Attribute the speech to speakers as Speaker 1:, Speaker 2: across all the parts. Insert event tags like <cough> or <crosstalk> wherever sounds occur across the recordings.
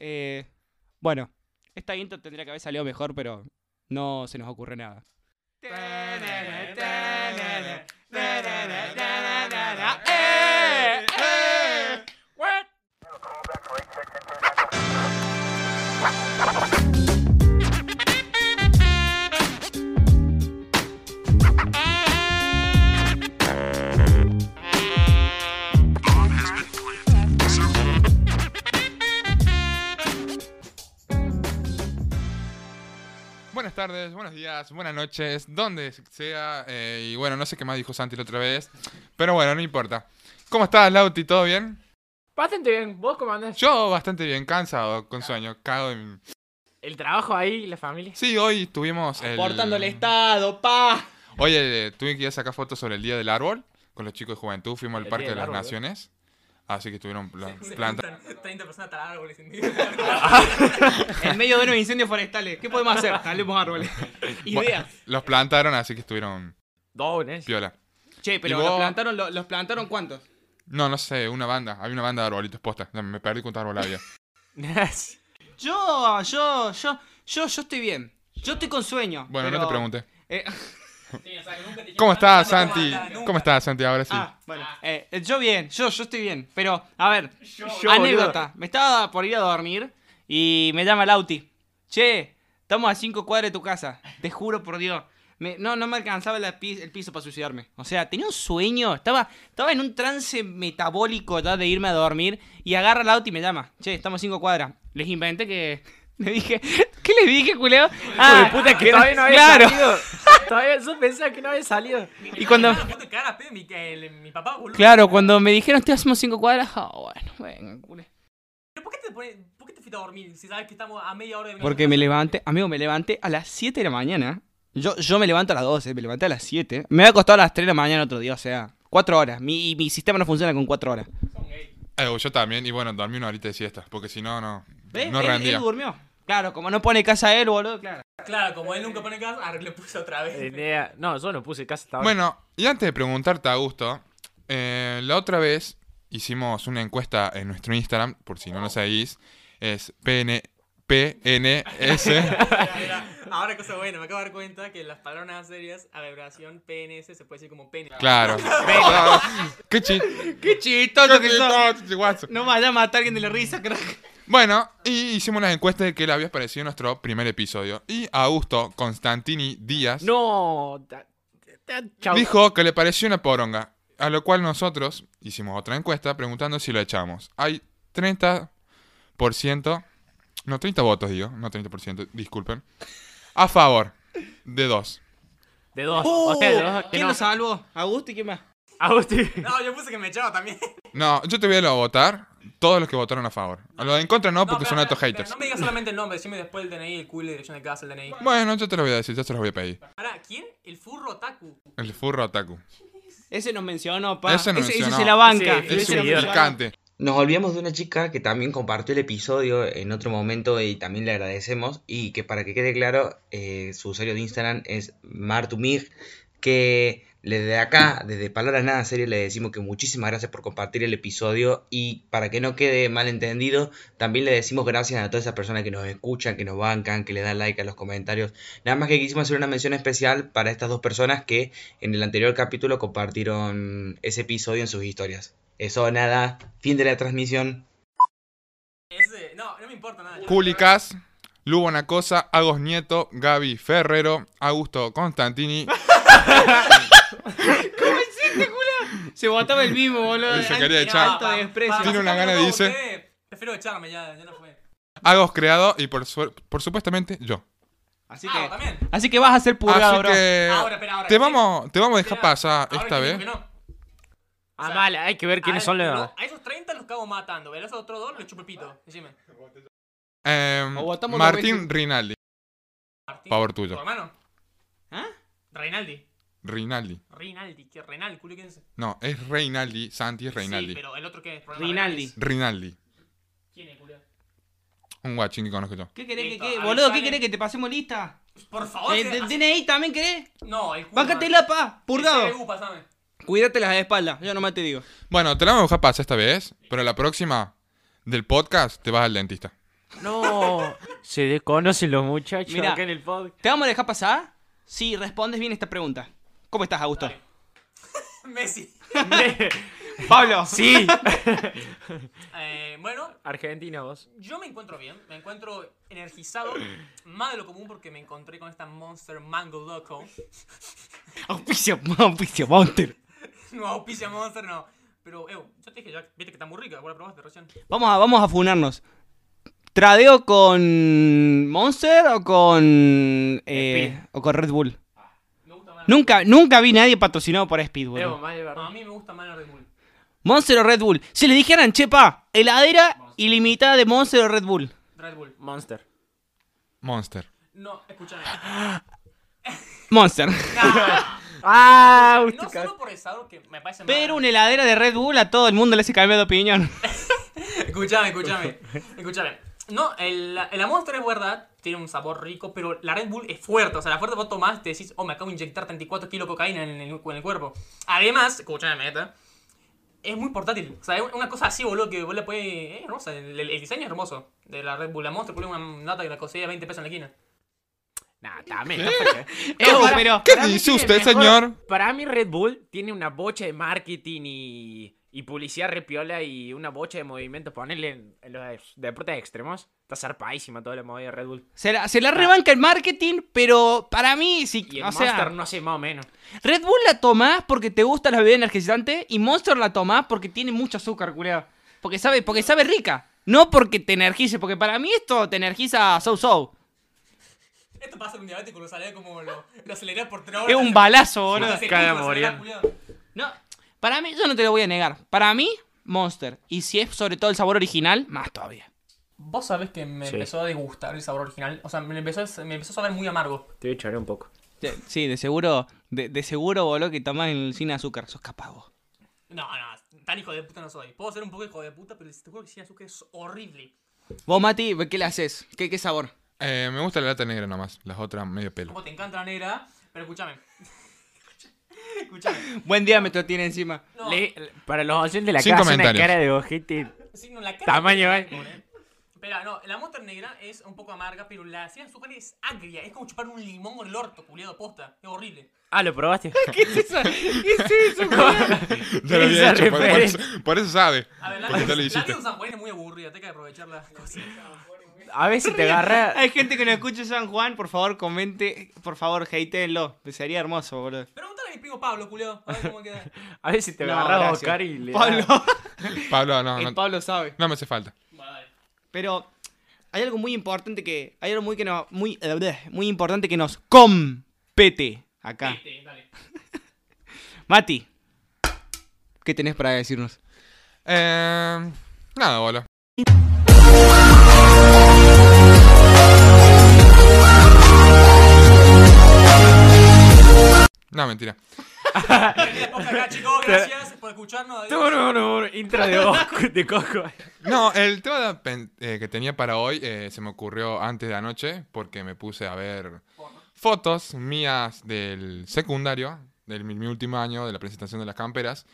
Speaker 1: Eh, bueno, esta intro tendría que haber salido mejor, pero no se nos ocurre nada.
Speaker 2: Buenas tardes, buenos días, buenas noches, donde sea. eh, y bueno, no sé qué más dijo Santi la otra vez. Pero bueno, no importa. ¿Cómo estás, Lauti? ¿Todo bien?
Speaker 3: Bastante bien, vos cómo andás?
Speaker 2: Yo bastante bien, cansado, con sueño, cago en...
Speaker 3: El trabajo ahí, la familia.
Speaker 2: Sí, hoy tuvimos el...
Speaker 1: Portando el Estado, pa.
Speaker 2: Hoy eh, tuve que ir a sacar fotos sobre el Día del Árbol con los chicos de Juventud. Fuimos al
Speaker 3: El
Speaker 2: Parque
Speaker 3: Día
Speaker 2: de las
Speaker 3: del Árbol, ¿eh?
Speaker 2: Naciones. Así que tuvieron pla-
Speaker 4: Se
Speaker 2: plantas.
Speaker 4: juntan 30 personas hasta árboles.
Speaker 1: En medio de unos incendios forestales. ¿Qué podemos hacer? Talemos
Speaker 2: <laughs>
Speaker 1: árboles. Ideas.
Speaker 2: Los plantaron, así que estuvieron
Speaker 3: Dones.
Speaker 2: piola.
Speaker 1: Che, pero
Speaker 2: ¿Y vos?
Speaker 1: los plantaron, lo- los plantaron cuántos?
Speaker 2: No, no sé, una banda. Había una banda de arbolitos posta. Ya Me perdí cuántos árboles había.
Speaker 1: Yo, yo, yo, yo, yo estoy bien. Yo estoy con sueño.
Speaker 2: Bueno,
Speaker 1: pero-
Speaker 2: no te pregunté.
Speaker 1: Eh,
Speaker 2: ¿Cómo estás,
Speaker 4: no, no, no,
Speaker 2: Santi?
Speaker 4: no, no, no,
Speaker 2: ¿Cómo estás, Santi? Ahora sí.
Speaker 1: Ah, bueno. Eh, yo bien, yo, yo estoy bien. Pero, a ver,
Speaker 3: Yo,
Speaker 1: anécdota. Me estaba por ir a dormir y me llama Lauti. Che, estamos a cinco cuadras de tu casa. Te juro por Dios. Me- no, no me alcanzaba la pi- el piso para suicidarme. O sea, tenía un sueño. Estaba, estaba en un trance metabólico ya de irme a dormir. Y agarra Lauti y me llama. Che, estamos a cinco cuadras. Les inventé que. <laughs> Le dije. ¿Qué le dije, culeo? Ah, puta
Speaker 3: Que todavía no había
Speaker 1: Claro.
Speaker 3: salido. <laughs> Todavía yo pensaba que no había salido.
Speaker 1: Y cuando.
Speaker 4: Puta cara, pe, mi, que el- mi papá, boludo.
Speaker 1: Claro, cuando me dijeron te hacemos cinco cuadras, ah, bueno, venga, culé.
Speaker 4: ¿Pero por qué, te pone- por qué te fuiste a dormir si sabes que estamos a media hora de venir?
Speaker 1: Porque me levanté, amigo, me levanté a las 7 de la mañana. Yo, yo me levanto a las 12, me levanté a las 7. Me había costado a las 3 de la mañana otro día, o sea, 4 horas. Mi, mi sistema no funciona con 4 horas.
Speaker 2: Eh, yo también. Y bueno, dormí una horita de siesta. Porque si no, no,
Speaker 1: ¿Ves?
Speaker 2: no
Speaker 1: él,
Speaker 2: rendía.
Speaker 1: él durmió. Claro, como no pone casa él, boludo, claro.
Speaker 4: Claro, como él nunca pone gas, ahora le puse otra vez.
Speaker 3: Tenía- No, yo no puse casa hasta ahora.
Speaker 2: Bueno, y antes de preguntarte, Augusto, eh, la otra vez hicimos una encuesta en nuestro Instagram, por si no nos seguís, es PN,
Speaker 1: <laughs>
Speaker 2: PNS.
Speaker 4: Mira, mira, Ahora cosa buena, me acabo de dar cuenta que las palabras serias, aberración, PNS, se puede decir como pene.
Speaker 2: claro. Claro. <laughs> Qué chi-
Speaker 1: Qué chistoso
Speaker 2: qué
Speaker 1: que sos.
Speaker 2: chistoso, guaso.
Speaker 1: No vaya a matar a alguien de la risa, crack.
Speaker 2: Bueno, y hicimos una encuesta de qué le había parecido nuestro primer episodio. Y Augusto Constantini Díaz
Speaker 3: No. ta- ta- Chau.
Speaker 2: dijo que le pareció una poronga. A lo cual nosotros hicimos otra encuesta preguntando si lo echamos. Hay 30%, no 30 votos digo, no 30%, disculpen, a favor de dos.
Speaker 3: De dos.
Speaker 1: Oh,
Speaker 3: o sea, de dos. que
Speaker 1: ¿Quién
Speaker 3: no.
Speaker 1: lo salvó? ¿Augusto y quién más?
Speaker 3: Agustín.
Speaker 4: No, yo puse que me echaba también.
Speaker 2: No, yo te voy a lo votar, todos los que votaron a favor. A los en contra no, porque
Speaker 4: pero-
Speaker 2: son altos
Speaker 4: pero
Speaker 2: haters.
Speaker 4: No me digas solamente el nombre, decime después el DNI, el culo, la dirección de casa, el DNI.
Speaker 2: Bueno, yo te lo voy a decir, yo te los voy a pedir.
Speaker 4: Ahora, ¿quién? El furro otaku.
Speaker 2: El furro otaku.
Speaker 1: Ese nos mencionó, pa.
Speaker 2: Ese nos mencionó.
Speaker 1: se la banca.
Speaker 3: Sí,
Speaker 2: Es
Speaker 1: ese
Speaker 2: un
Speaker 1: nos
Speaker 3: seguidor.
Speaker 1: mencionó.
Speaker 2: picante.
Speaker 5: Nos olvidamos de una chica que también compartió el episodio en otro momento y también le agradecemos. Y que para que quede claro, eh, su usuario de Instagram es Martumig, que desde acá, desde Palabras Nada Serio, le decimos que muchísimas gracias por compartir el episodio. Y para que no quede malentendido, también le decimos gracias a todas esas personas que nos escuchan, que nos bancan, que le dan like a los comentarios. Nada más que quisimos hacer una mención especial para estas dos personas que en el anterior capítulo compartieron ese episodio en sus historias. Eso nada, fin de la transmisión.
Speaker 4: Ese, no, no me importa nada.
Speaker 2: Culicas, Lubo Nacosa, Agos Nieto, Gaby Ferrero, Augusto Constantini.
Speaker 1: Se votaba el mismo, boludo.
Speaker 2: Se quería
Speaker 1: Era
Speaker 2: echar.
Speaker 1: Alto desprecio.
Speaker 2: Tiene una gana,
Speaker 4: de
Speaker 2: dice.
Speaker 4: Prefiero echarme ya, ya no fue.
Speaker 2: Agos creado y por, suer- por supuestamente yo.
Speaker 1: Así
Speaker 4: ah,
Speaker 1: que,
Speaker 4: también.
Speaker 1: así que vas a ser purgado,
Speaker 2: Así
Speaker 1: bro.
Speaker 2: que
Speaker 4: Ahora, pero ahora.
Speaker 2: Eh, te
Speaker 4: ¿qué?
Speaker 2: vamos, te vamos a dejar
Speaker 4: Espera,
Speaker 2: pasar
Speaker 4: ahora
Speaker 2: esta
Speaker 4: que
Speaker 2: vez.
Speaker 4: digo que no.
Speaker 3: Ah, mal, hay que ver quiénes
Speaker 4: A-
Speaker 3: son los.
Speaker 4: no, A esos 30 los cago matando, pero a esos otros dos los chupo el pito. Decime.
Speaker 2: Em,
Speaker 1: O votamos los
Speaker 2: Martín
Speaker 1: 20.
Speaker 2: Rinaldi.
Speaker 4: Martín,
Speaker 2: Favor tuyo.
Speaker 4: Tu hermano.
Speaker 1: ¿Ah?
Speaker 4: Reinaldi.
Speaker 2: Rinaldi.
Speaker 4: Reinaldi, que Reinaldi, culo, ¿quién es?
Speaker 2: No, es Reinaldi. Santi es Reinaldi.
Speaker 4: Sí, pero el otro que es. Problema
Speaker 1: Rinaldi.
Speaker 2: Rinaldi.
Speaker 4: ¿Quién es, culo?
Speaker 2: Un guachín que conozco yo.
Speaker 1: ¿Qué querés que
Speaker 4: Listo,
Speaker 1: qué?
Speaker 4: avisale.
Speaker 1: Boludo, ¿qué querés que te pasemos lista?
Speaker 4: Por favor,
Speaker 1: Eh,
Speaker 4: que-
Speaker 1: de- DNI también querés.
Speaker 4: No, el culo.
Speaker 1: Bácatela, pa.
Speaker 4: El
Speaker 1: Purgado.
Speaker 4: CBU, pasame. <laughs>
Speaker 1: Cuídate las espaldas. Yo nomás te digo.
Speaker 2: Bueno, te la vamos a dejar pasar esta vez, pero la próxima del podcast te vas al dentista.
Speaker 3: No, se desconocen los muchachos
Speaker 1: Mirá.
Speaker 3: acá en el podcast.
Speaker 1: ¿Te vamos a dejar pasar? Si respondes bien esta pregunta. ¿Cómo estás, Augusto?
Speaker 4: Messi.
Speaker 1: Pablo. Sí.
Speaker 4: Eh, bueno,
Speaker 3: Argentina vos.
Speaker 4: yo me encuentro bien. Me encuentro energizado. Más de lo común porque me encontré con esta Monster Mango Loco.
Speaker 1: <laughs>
Speaker 4: <laughs>
Speaker 1: Auspicio, auspicio, Monster.
Speaker 4: No, auspicia Monster, no. Pero, Ew, yo te dije, ya, viste que está muy rica. Vos la probaste recién.
Speaker 1: Vamos a, vamos a funarnos. ¿Tradeo con Monster o con. eh, o con Red Bull?
Speaker 4: Me gusta más.
Speaker 1: Nunca, nunca vi nadie patrocinado por Speed, boludo.
Speaker 3: Evo, más de
Speaker 4: A
Speaker 3: verdad.
Speaker 4: mí me gusta más la Red Bull.
Speaker 1: Monster o Red Bull. Si le dijeran, chepa, heladera ilimitada de Monster o Red Bull.
Speaker 4: Red Bull.
Speaker 3: Monster.
Speaker 2: Monster.
Speaker 4: No, escúchame.
Speaker 3: <laughs>
Speaker 1: Monster.
Speaker 3: Ah,
Speaker 4: No solo por el sabor que me parece mal.
Speaker 1: Pero una heladera de Red Bull a todo el mundo le hace cambiar de opinión.
Speaker 4: Escúchame, escúchame. Escúchame. No, el, la- la Monster es verdad, tiene un sabor rico, pero la Red Bull es fuerte. O sea, la fuerte vos tomás, te decís, oh, me acabo de inyectar 34 kilos de cocaína en el, en el cuerpo. Además, escúchame, neta, es muy portátil. O sea, es una cosa así, boludo, que vos le puedes. Es hermosa, el, el- el diseño es hermoso de la Red Bull. La Monster pone una nata que la conseguí a 20 pesos en la esquina.
Speaker 3: Nah, también. está feo, eh.
Speaker 1: Evo,
Speaker 3: para-
Speaker 1: pero-
Speaker 2: ¿Qué
Speaker 3: para mí
Speaker 2: dice
Speaker 3: tiene
Speaker 2: usted,
Speaker 3: mejor-
Speaker 2: señor?
Speaker 3: Para mí Red Bull tiene una bocha de marketing y, y publicidad repiola y una bocha de movimiento. Ponerle en, en los deportes extremos. Está zarpadísima toda la movida de Red Bull.
Speaker 1: Se la, se la rebanca el marketing, pero para mí, sí.
Speaker 3: Y el
Speaker 1: O
Speaker 3: Monster
Speaker 1: sea,
Speaker 3: no sé, más o menos.
Speaker 1: Red Bull la tomás porque te gusta la bebida energizante y Monster la tomás porque tiene mucho azúcar, culeado. Porque sabe, porque sabe rica. No porque te energice, porque para mí esto te energiza so so.
Speaker 4: Esto pasa en un diabético, lo sale como lo, lo aceleré por 3 horas.
Speaker 1: Es un balazo, boludo.
Speaker 4: Entonces,
Speaker 3: Caga
Speaker 4: pico, se me da
Speaker 3: muriendo.
Speaker 4: culiado.
Speaker 1: No, para mí, yo no te lo voy a negar. Para mí, Monster. Y si es sobre todo el sabor original, más todavía.
Speaker 4: Vos sabés que me
Speaker 3: Sí.
Speaker 4: empezó a disgustar el sabor original. O sea, me empezó, a- me empezó a saber muy amargo.
Speaker 3: Te voy a echar un poco.
Speaker 1: De- Sí, de seguro, de, de seguro, boludo, que tomás en el cine azúcar. Sos capaz vos.
Speaker 4: No, no, tan hijo de puta no soy. Puedo ser un poco hijo de puta, pero te juro que sin azúcar es horrible.
Speaker 1: Vos, Mati, ¿qué le haces? ¿Qué, qué sabor?
Speaker 2: Eh, me gusta la lata negra nomás, las otras medio pelo.
Speaker 4: Como te encanta la negra, pero escúchame. <laughs> escúchame.
Speaker 1: Buen diámetro tiene encima.
Speaker 4: No,
Speaker 3: Le- para los oyentes de la
Speaker 2: Sin
Speaker 3: casa, una
Speaker 2: comentarios.
Speaker 3: cara de ojete.
Speaker 4: sí, no, la cara.
Speaker 3: Tamaño, eh.
Speaker 4: Espera, no, la monster negra es un poco amarga, pero la sin azúcar es agria. Es como chupar un limón con el orto, culiado posta. Es horrible.
Speaker 3: Ah, ¿lo
Speaker 2: <laughs>
Speaker 3: probaste? <laughs>
Speaker 1: ¿Qué es eso? ¿Qué es eso, culiao?
Speaker 2: Ya lo había
Speaker 3: Esa
Speaker 2: hecho, pues, por, por eso,
Speaker 3: referencia.
Speaker 2: por eso sabe.
Speaker 4: A ver, la,
Speaker 2: Porque
Speaker 4: la
Speaker 2: te lo
Speaker 4: vida
Speaker 2: hiciste.
Speaker 4: de un San Juan es muy aburrida, tengo que aprovechar las cosas.
Speaker 3: A veces te agarra...
Speaker 1: Hay gente que no escucha San Juan, por favor, comente, por favor, hateenlo. Sería hermoso, boludo.
Speaker 4: Pregúntale a mi primo Pablo, culiado. A ver cómo queda.
Speaker 3: A veces te
Speaker 1: No,
Speaker 3: agarra a
Speaker 1: gracias.
Speaker 3: Oscar y le da-
Speaker 1: Pablo,
Speaker 2: Pablo,
Speaker 1: <laughs>
Speaker 2: no,
Speaker 1: el
Speaker 2: no,
Speaker 1: Pablo sabe.
Speaker 2: no me hace falta.
Speaker 1: Pero hay algo muy importante que. Hay algo muy que nos. Muy, eh, muy importante que nos compete acá. <laughs> Mati, ¿qué tenés para decirnos?
Speaker 2: Eh, nada, bola. No, mentira.
Speaker 4: acá, chicos, gracias por escucharnos.
Speaker 3: No, no, no, intro
Speaker 2: <laughs>
Speaker 3: de, Oscar- de Coco.
Speaker 2: No, el tema de pen- eh, que tenía para hoy eh, se me ocurrió antes de anoche porque me puse a ver fotos mías del secundario, del mi, mi último año, de la presentación de las camperas.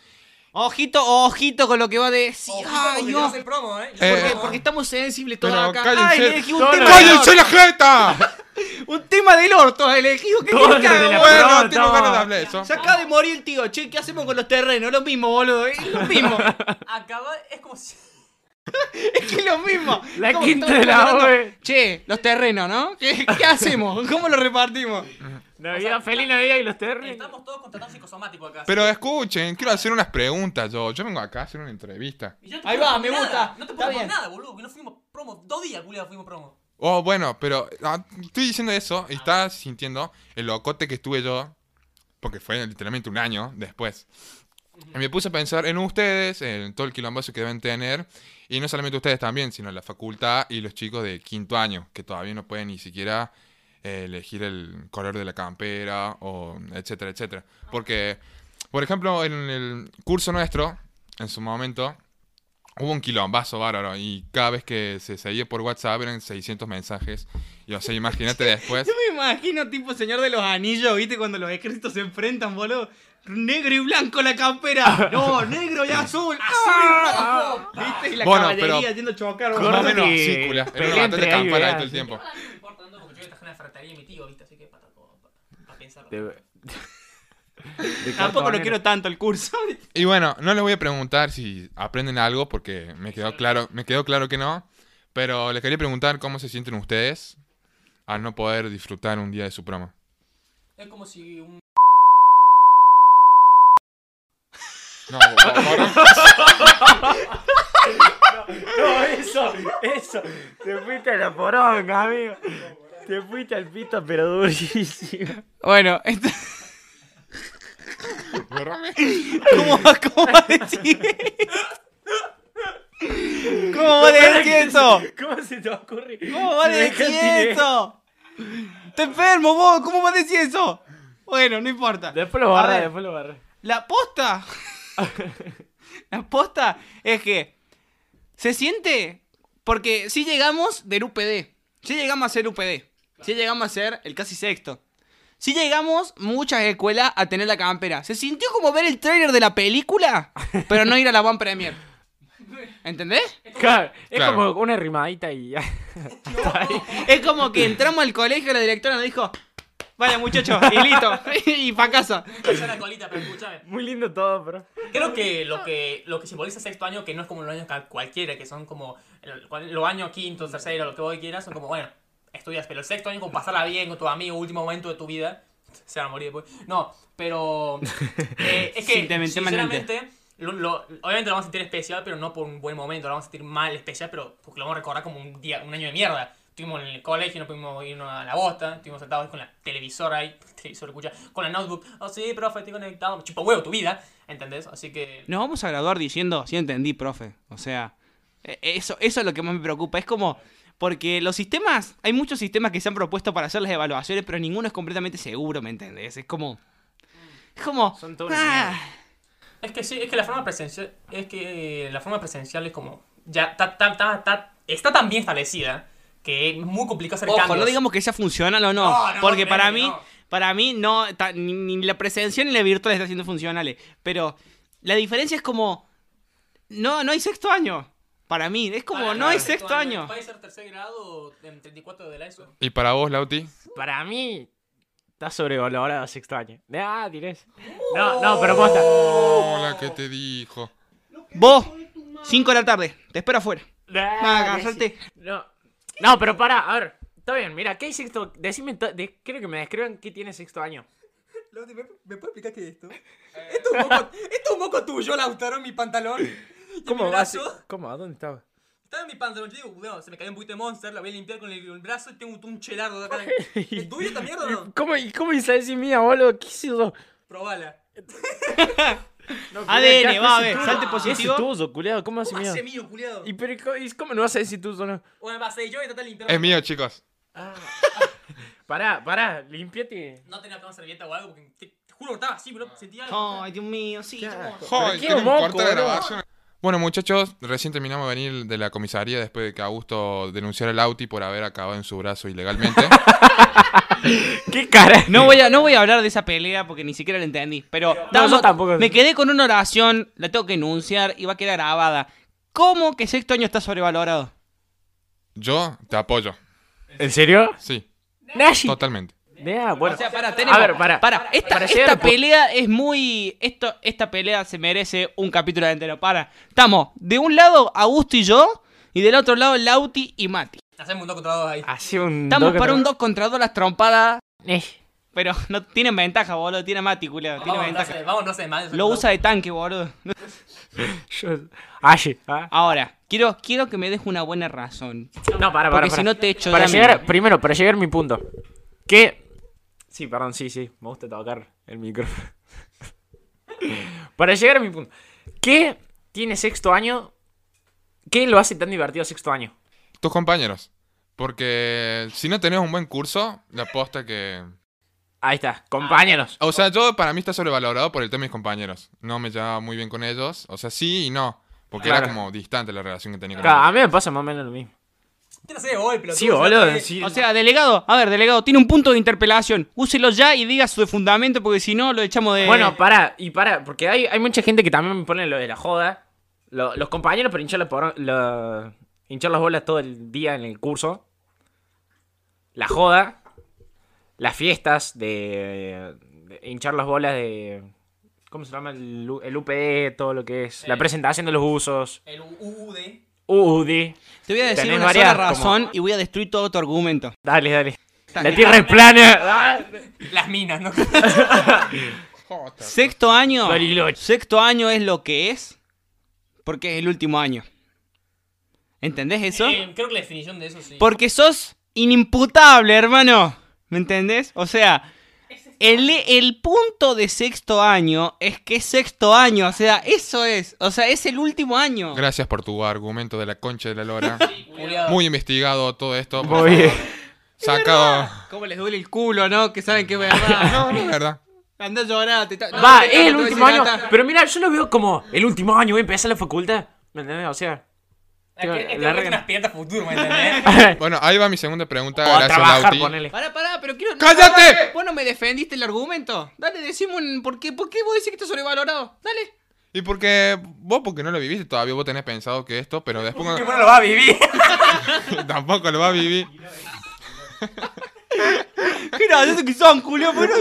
Speaker 1: Ojito, ojito con lo que va a decir. Ay,
Speaker 4: Ay,
Speaker 1: no.
Speaker 4: el promo, eh.
Speaker 2: Eh,
Speaker 1: Porque, porque estamos sensibles todos
Speaker 2: Pero
Speaker 1: acá.
Speaker 2: cállense.
Speaker 1: Ay, elegí un
Speaker 3: Todos
Speaker 1: tema,
Speaker 3: los-
Speaker 1: del
Speaker 2: ¡Cállense
Speaker 1: orto,
Speaker 2: la
Speaker 3: <laughs>
Speaker 2: jeta!
Speaker 1: un tema del orto. Elegí que
Speaker 3: Todos los
Speaker 1: que haga,
Speaker 3: de la
Speaker 1: boludo.
Speaker 3: pro-
Speaker 2: bueno,
Speaker 3: pronto.
Speaker 2: tengo ganas de hablar de eso.
Speaker 1: Se acaba de morir el tío. Che, ¿qué hacemos con los terrenos? Lo mismo, boludo. Es lo mismo.
Speaker 3: <laughs>
Speaker 4: Acaba, es como si.
Speaker 1: Es que es lo mismo.
Speaker 3: La
Speaker 1: Como
Speaker 3: quinta
Speaker 1: estamos
Speaker 3: de la
Speaker 1: hablando,
Speaker 3: OE.
Speaker 1: Che, los terrenos, ¿no? ¿Qué, qué hacemos? ¿Cómo los repartimos?
Speaker 3: Navidad, feliz Navidad y los terrenos.
Speaker 4: Estamos todos contratados psicosomáticos acá.
Speaker 2: Pero escuchen, quiero hacer unas preguntas yo. Yo vengo acá a hacer una entrevista.
Speaker 4: Y yo no te
Speaker 1: Ahí
Speaker 4: puedo
Speaker 1: va,
Speaker 4: poner
Speaker 1: me
Speaker 4: nada,
Speaker 1: gusta.
Speaker 4: No te
Speaker 1: Está
Speaker 4: puedo poner
Speaker 1: bien.
Speaker 4: nada, boludo, que no fuimos promo. Dos días, culiado, fuimos promo.
Speaker 2: Oh, bueno, pero ah, estoy diciendo eso y estás sintiendo el locote que estuve yo, porque fue literalmente un año después. Y me puse a pensar en ustedes, en todo el quilombazo que deben tener, y no solamente ustedes también, sino la facultad y los chicos de quinto año, que todavía no pueden ni siquiera eh, elegir el color de la campera, o etcétera, etcétera. Porque, por ejemplo, en el curso nuestro, en su momento, Hubo un quilombazo bárbaro y cada vez que se seguía por WhatsApp eran 600 mensajes. Y o sea, imagínate después.
Speaker 1: Yo me imagino tipo Señor de los Anillos, ¿viste? Cuando los ejércitos se enfrentan, boludo. negro y blanco la
Speaker 3: <laughs>
Speaker 1: campera. No, negro y azul. ¡Ah! ¿Viste? Y la
Speaker 2: Bueno,
Speaker 1: caballería
Speaker 2: pero-
Speaker 1: yendo a chocar.
Speaker 2: <laughs> Más
Speaker 1: boludo.
Speaker 2: o
Speaker 3: Gordo
Speaker 2: menos
Speaker 3: que
Speaker 2: sícula. Era una
Speaker 3: pelea
Speaker 2: batalla
Speaker 3: entre ahí,
Speaker 2: campal ahí
Speaker 3: ¿verdad?
Speaker 2: todo el tiempo.
Speaker 4: No me importa tanto porque yo traje una ferretería y mi tío, ¿viste? Así que para, pensar.
Speaker 3: De- <laughs> de
Speaker 1: Tampoco lo
Speaker 3: cartonero.
Speaker 1: quiero tanto el curso.
Speaker 2: Y bueno, no les voy a preguntar si aprenden algo porque me quedó claro, me quedó claro que no. Pero les quería preguntar cómo se sienten ustedes al no poder disfrutar un día de su promo.
Speaker 4: Es como si un.
Speaker 2: No, bo- bo- borra-
Speaker 3: No, eso, eso. Te fuiste a la poronga, amigo. Te fuiste al pito, pero
Speaker 1: <laughs>
Speaker 3: durísimo.
Speaker 1: Bueno, esto-
Speaker 2: borrame.
Speaker 1: ¿cómo va, cómo va a decir? ¿Cómo va a decir eso?
Speaker 3: ¿Cómo se te ocurre?
Speaker 1: ¿Cómo va a
Speaker 3: Si me
Speaker 1: decir
Speaker 3: dejaste-
Speaker 1: eso? ¡Te enfermo vos! ¿Cómo va a decir eso? Bueno, no importa.
Speaker 3: Después lo
Speaker 1: A
Speaker 3: barré,
Speaker 1: ver,
Speaker 3: después lo barré.
Speaker 1: La posta. la posta es que se siente. Porque si llegamos del UPD. Si llegamos a ser UPD. Si llegamos a ser el casi sexto. Si llegamos muchas escuelas a tener la campera. Se sintió como ver el trailer de la película, pero no ir a la One Premier. ¿Entendés?
Speaker 3: Claro, es
Speaker 2: Claro.
Speaker 3: como una rimadita y ya. <laughs>
Speaker 1: Es como que entramos al colegio y la directora nos dijo: Vale, muchachos, y listo. <laughs> y pa' casa.
Speaker 4: Esa la colita, pero escúchame.
Speaker 3: Muy lindo todo, pero.
Speaker 4: Creo que lo que lo que simboliza sexto año, que no es como los años ca- cualquiera, que son como el- cual- los años quinto, tercero, lo que vos quieras, son como, bueno, estudias, pero el sexto año, como pasarla bien con tus amigos, último momento de tu vida, <laughs> se van a morir después. No, pero eh,
Speaker 1: <laughs>
Speaker 4: es que,
Speaker 1: Sinceramente.
Speaker 4: sinceramente, lo- lo- obviamente lo vamos a sentir especial, pero no por un buen momento, lo vamos a sentir mal especial, pero porque lo vamos a recordar como un día, un año de mierda. Estuvimos en el colegio, no pudimos irnos a la bosta, estuvimos sentados ahí con la televisora ahí, <laughs> televisor, escucha, con la notebook, oh sí, profe, estoy conectado, chupa huevo tu vida, ¿entendés? Así que...
Speaker 1: Nos vamos a graduar diciendo, sí entendí, profe. O sea, e- eso, eso es lo que más me preocupa. Es como, porque los sistemas, hay muchos sistemas que se han propuesto para hacer las evaluaciones, pero ninguno es completamente seguro, ¿me entendés? Es como... Es como...
Speaker 3: Son todas unas
Speaker 1: ah,
Speaker 4: Es que sí, es que la forma presencial, es que eh, la forma presencial es como, ya, ta, ta, ta, ta- está tan bien establecida que es muy complicado hacer
Speaker 1: Ojo,
Speaker 4: cambios.
Speaker 1: no digamos que sea funcional o no,
Speaker 4: No, no,
Speaker 1: porque
Speaker 4: créeme
Speaker 1: para
Speaker 4: que
Speaker 1: mí,
Speaker 4: no.
Speaker 1: para mí no, ta- ni, ni la presencia ni la virtual está siendo funcionales, pero la diferencia es como, no, no hay sexto año, para mí, es como,
Speaker 4: Ah,
Speaker 1: no hay sexto año.
Speaker 4: Puede ser tercer grado en 34 de la ESO.
Speaker 2: <laughs> ¿Y para vos, Lauti?
Speaker 3: Para mí, está sobrevalorado sexto año. Ah, dirés. No, no, pero posta.
Speaker 2: Hola, ¿qué te dijo?
Speaker 1: Vos, 5 de la tarde, te espero afuera.
Speaker 3: Ah,
Speaker 1: Nada,
Speaker 3: dirés.
Speaker 1: agarrate.
Speaker 3: No, no, pero para, a ver. Está bien, mira, ¿qué hay sexto? Decime, to- de- quiero que me describan qué tiene sexto año.
Speaker 6: Lauti, ¿me, me puede explicar qué es esto? Esto es un moco, esto es un moco tuyo, Lautaro, en mi pantalón. Y en mi
Speaker 3: va a ser-
Speaker 6: brazo.
Speaker 3: ¿Cómo? ¿A dónde estaba?
Speaker 4: Estaba en mi pantalón, yo digo, bueno, se me cayó un poquito de monster, la voy a limpiar con el, el brazo y tengo un chelardo de
Speaker 3: <laughs>
Speaker 4: acá. ¿Es tuyo esta mierda o no?
Speaker 3: ¿Cómo, y cómo hice decir mía, boludo? ¿Qué hizo?
Speaker 4: Probala.
Speaker 3: Este
Speaker 1: ADN, va a ver, salte
Speaker 3: Es
Speaker 1: positivo.
Speaker 3: tuzo, culiado, ¿cómo hace
Speaker 4: ¿Cómo
Speaker 3: mía?
Speaker 4: hace mío, culiado?
Speaker 3: ¿Y pero, co- y cómo no vas a decir tuzo, no?
Speaker 4: Bueno, va a ser yo y trata de limpiar.
Speaker 2: Es mío, chicos.
Speaker 3: Pará, pará, limpiate.
Speaker 4: No tenía una servilleta o algo, porque te, te juro que estaba así, bro. Sentía algo.
Speaker 1: Ay, Dios mío, sí. chabón.
Speaker 2: Joder,
Speaker 3: qué
Speaker 2: tenemos que
Speaker 3: moco,
Speaker 2: cortar la
Speaker 3: boludo.
Speaker 2: grabación. Bueno, muchachos, recién terminamos de venir de la comisaría después de que Augusto denunciara al Auti por haber acabado en su brazo ilegalmente.
Speaker 3: ¿Qué cara?
Speaker 1: No voy, a, no voy a hablar de esa pelea porque ni siquiera la entendí. Pero
Speaker 3: No, yo
Speaker 1: estábamos-
Speaker 3: tampoco.
Speaker 1: me quedé con una oración, la tengo que enunciar y va a quedar grabada. ¿Cómo que sexto año está sobrevalorado?
Speaker 2: Yo te apoyo.
Speaker 3: ¿En serio?
Speaker 2: Sí,
Speaker 3: Nashi.
Speaker 2: totalmente.
Speaker 3: Ya, bueno.
Speaker 1: O sea, para, tenemos,
Speaker 3: A ver, pará.
Speaker 1: Para, esta,
Speaker 3: Para
Speaker 1: esta
Speaker 3: llegar al pu-
Speaker 1: pelea es muy. Esto, esta pelea se merece un capítulo entero. Para. Estamos de un lado Augusto y yo, y del otro lado Lauti y Mati.
Speaker 4: Hacemos un dos contra dos ahí.
Speaker 3: Hace un.
Speaker 1: Estamos
Speaker 3: doc-
Speaker 1: para un 2 contra 2 las trompadas.
Speaker 3: Nashi.
Speaker 1: Pero <laughs> no tienen ventaja, boludo. Tiene Mati, culiao,
Speaker 3: Oh,
Speaker 1: Tiene
Speaker 4: Vamos, no
Speaker 1: ventaja.
Speaker 4: sé, vamos, no sé, mal.
Speaker 1: Lo usa de tanque, boludo.
Speaker 3: Yo. Ashi. ah.
Speaker 1: Ahora, quiero, quiero que me des una buena razón.
Speaker 3: No, para, para.
Speaker 1: Porque si no te echo
Speaker 3: Para
Speaker 1: de
Speaker 3: llegar,
Speaker 1: amigo.
Speaker 3: primero, para llegar a mi punto. Que. Sí, perdón, sí, sí. Me gusta tocar el micrófono. <laughs> para llegar a mi punto. ¿Qué tiene sexto año? ¿Qué lo hace tan divertido sexto año?
Speaker 2: Tus compañeros. Porque si no tenés un buen curso, la aposta que...
Speaker 3: Ahí está, compañeros.
Speaker 2: O sea, yo para mí está sobrevalorado por el tema de mis compañeros. No me llevaba muy bien con ellos. O sea, sí y no. Porque era
Speaker 3: Claro.
Speaker 1: Ah,
Speaker 2: como distante la relación que tenía con
Speaker 3: Claro,
Speaker 2: ellos.
Speaker 3: a mí me pasa más o menos lo mismo.
Speaker 4: no sé, hoy, pero
Speaker 3: Sí, boludo. sí.
Speaker 1: O sea, delegado, a ver, delegado, tiene un punto de interpelación. Úselo ya y diga su fundamento porque si no lo echamos de.
Speaker 3: Bueno, pará, y pará, porque hay, hay mucha gente que también me pone lo de la joda. Lo- los compañeros para hinchar, la por- la- hinchar las bolas todo el día en el curso. La joda. Las fiestas de, de hinchar las bolas de... ¿Cómo se llama? El, U- el UPE, todo lo que es. La presentación de los usos.
Speaker 4: El UUD.
Speaker 3: UUD.
Speaker 1: te voy a decir
Speaker 3: tenés
Speaker 1: una sola
Speaker 3: varias,
Speaker 1: razón y voy a destruir todo tu argumento.
Speaker 3: Dale, dale. La tierra es plana. Ah,
Speaker 4: Las minas, ¿no?
Speaker 2: Jota.
Speaker 1: Sexto año.
Speaker 3: Bariloche.
Speaker 1: Sexto año es lo que es porque es el último año. ¿Entendés eso?
Speaker 4: Eh, creo que la definición de eso sí.
Speaker 1: Porque sos inimputable, hermano. ¿Me entendés? O sea, el, el punto de sexto año es que es sexto año. O sea, eso es. O sea, es el último año.
Speaker 2: Gracias por tu argumento de la concha de la
Speaker 3: <laughs>
Speaker 2: lora.
Speaker 4: Culeado.
Speaker 2: Muy investigado todo esto. por
Speaker 3: Muy bien.
Speaker 2: favor. Sacado.
Speaker 1: ¿Cómo les duele el culo, no? Que saben que es verdad.
Speaker 2: <laughs> No, no es verdad.
Speaker 1: Andá llorando. te ta- no,
Speaker 3: Va,
Speaker 1: te
Speaker 3: es el
Speaker 1: tapo, te
Speaker 3: último
Speaker 1: voy a
Speaker 3: año.
Speaker 1: decir, "Ah, está".
Speaker 3: Pero mira, yo lo veo como el último año, voy a empezar la facultad. ¿Me entendés? O sea.
Speaker 4: Es que- este es que
Speaker 3: La
Speaker 4: es
Speaker 3: regla.
Speaker 4: una aspirante a futuro, ¿me entendés?
Speaker 2: Bueno, ahí va mi segunda pregunta.
Speaker 3: O a
Speaker 2: gracias,
Speaker 3: trabajar,
Speaker 2: Lauti.
Speaker 3: ponele.
Speaker 1: Pará, pará, pero quiero. no,
Speaker 2: ¡Cállate!
Speaker 1: pará, Vos no me defendiste el argumento. Dale, decime un. ¿Por qué, por qué vos decís que está sobrevalorado? Dale.
Speaker 2: Y porque vos, porque no lo viviste todavía, vos tenés pensado que esto, pero después
Speaker 4: Que
Speaker 2: cuando- <laughs>
Speaker 4: bueno lo va a vivir.
Speaker 2: tampoco lo va a vivir.
Speaker 1: Mira, yo sé que son, Julio, pero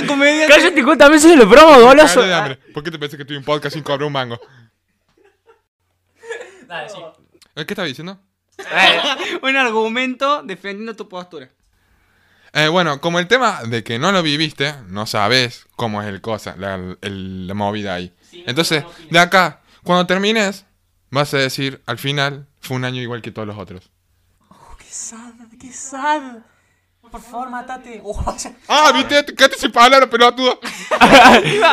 Speaker 1: <laughs> no comediante.
Speaker 3: <laughs> Cállate, cuéntame eso de los bromos, goloso.
Speaker 2: Cállate de hambre. ¿Por qué te pensás que estoy en un podcast sin cobrar un mango?
Speaker 4: Dale, sí.
Speaker 2: Eh, ¿Qué estás diciendo?
Speaker 1: un argumento defendiendo tu postura.
Speaker 2: Eh, bueno, como el tema de que no lo viviste, no sabes cómo es el cosa, la, el- la movida ahí. Entonces, de acá, cuando termines, vas a decir, al final, fue un año igual que todos los otros.
Speaker 4: Qué sad, qué sad. Por favor, matate. Oh, vaya.
Speaker 2: Ah, viste, te quedaste sin palabras,
Speaker 4: <laughs>
Speaker 2: pelotudo.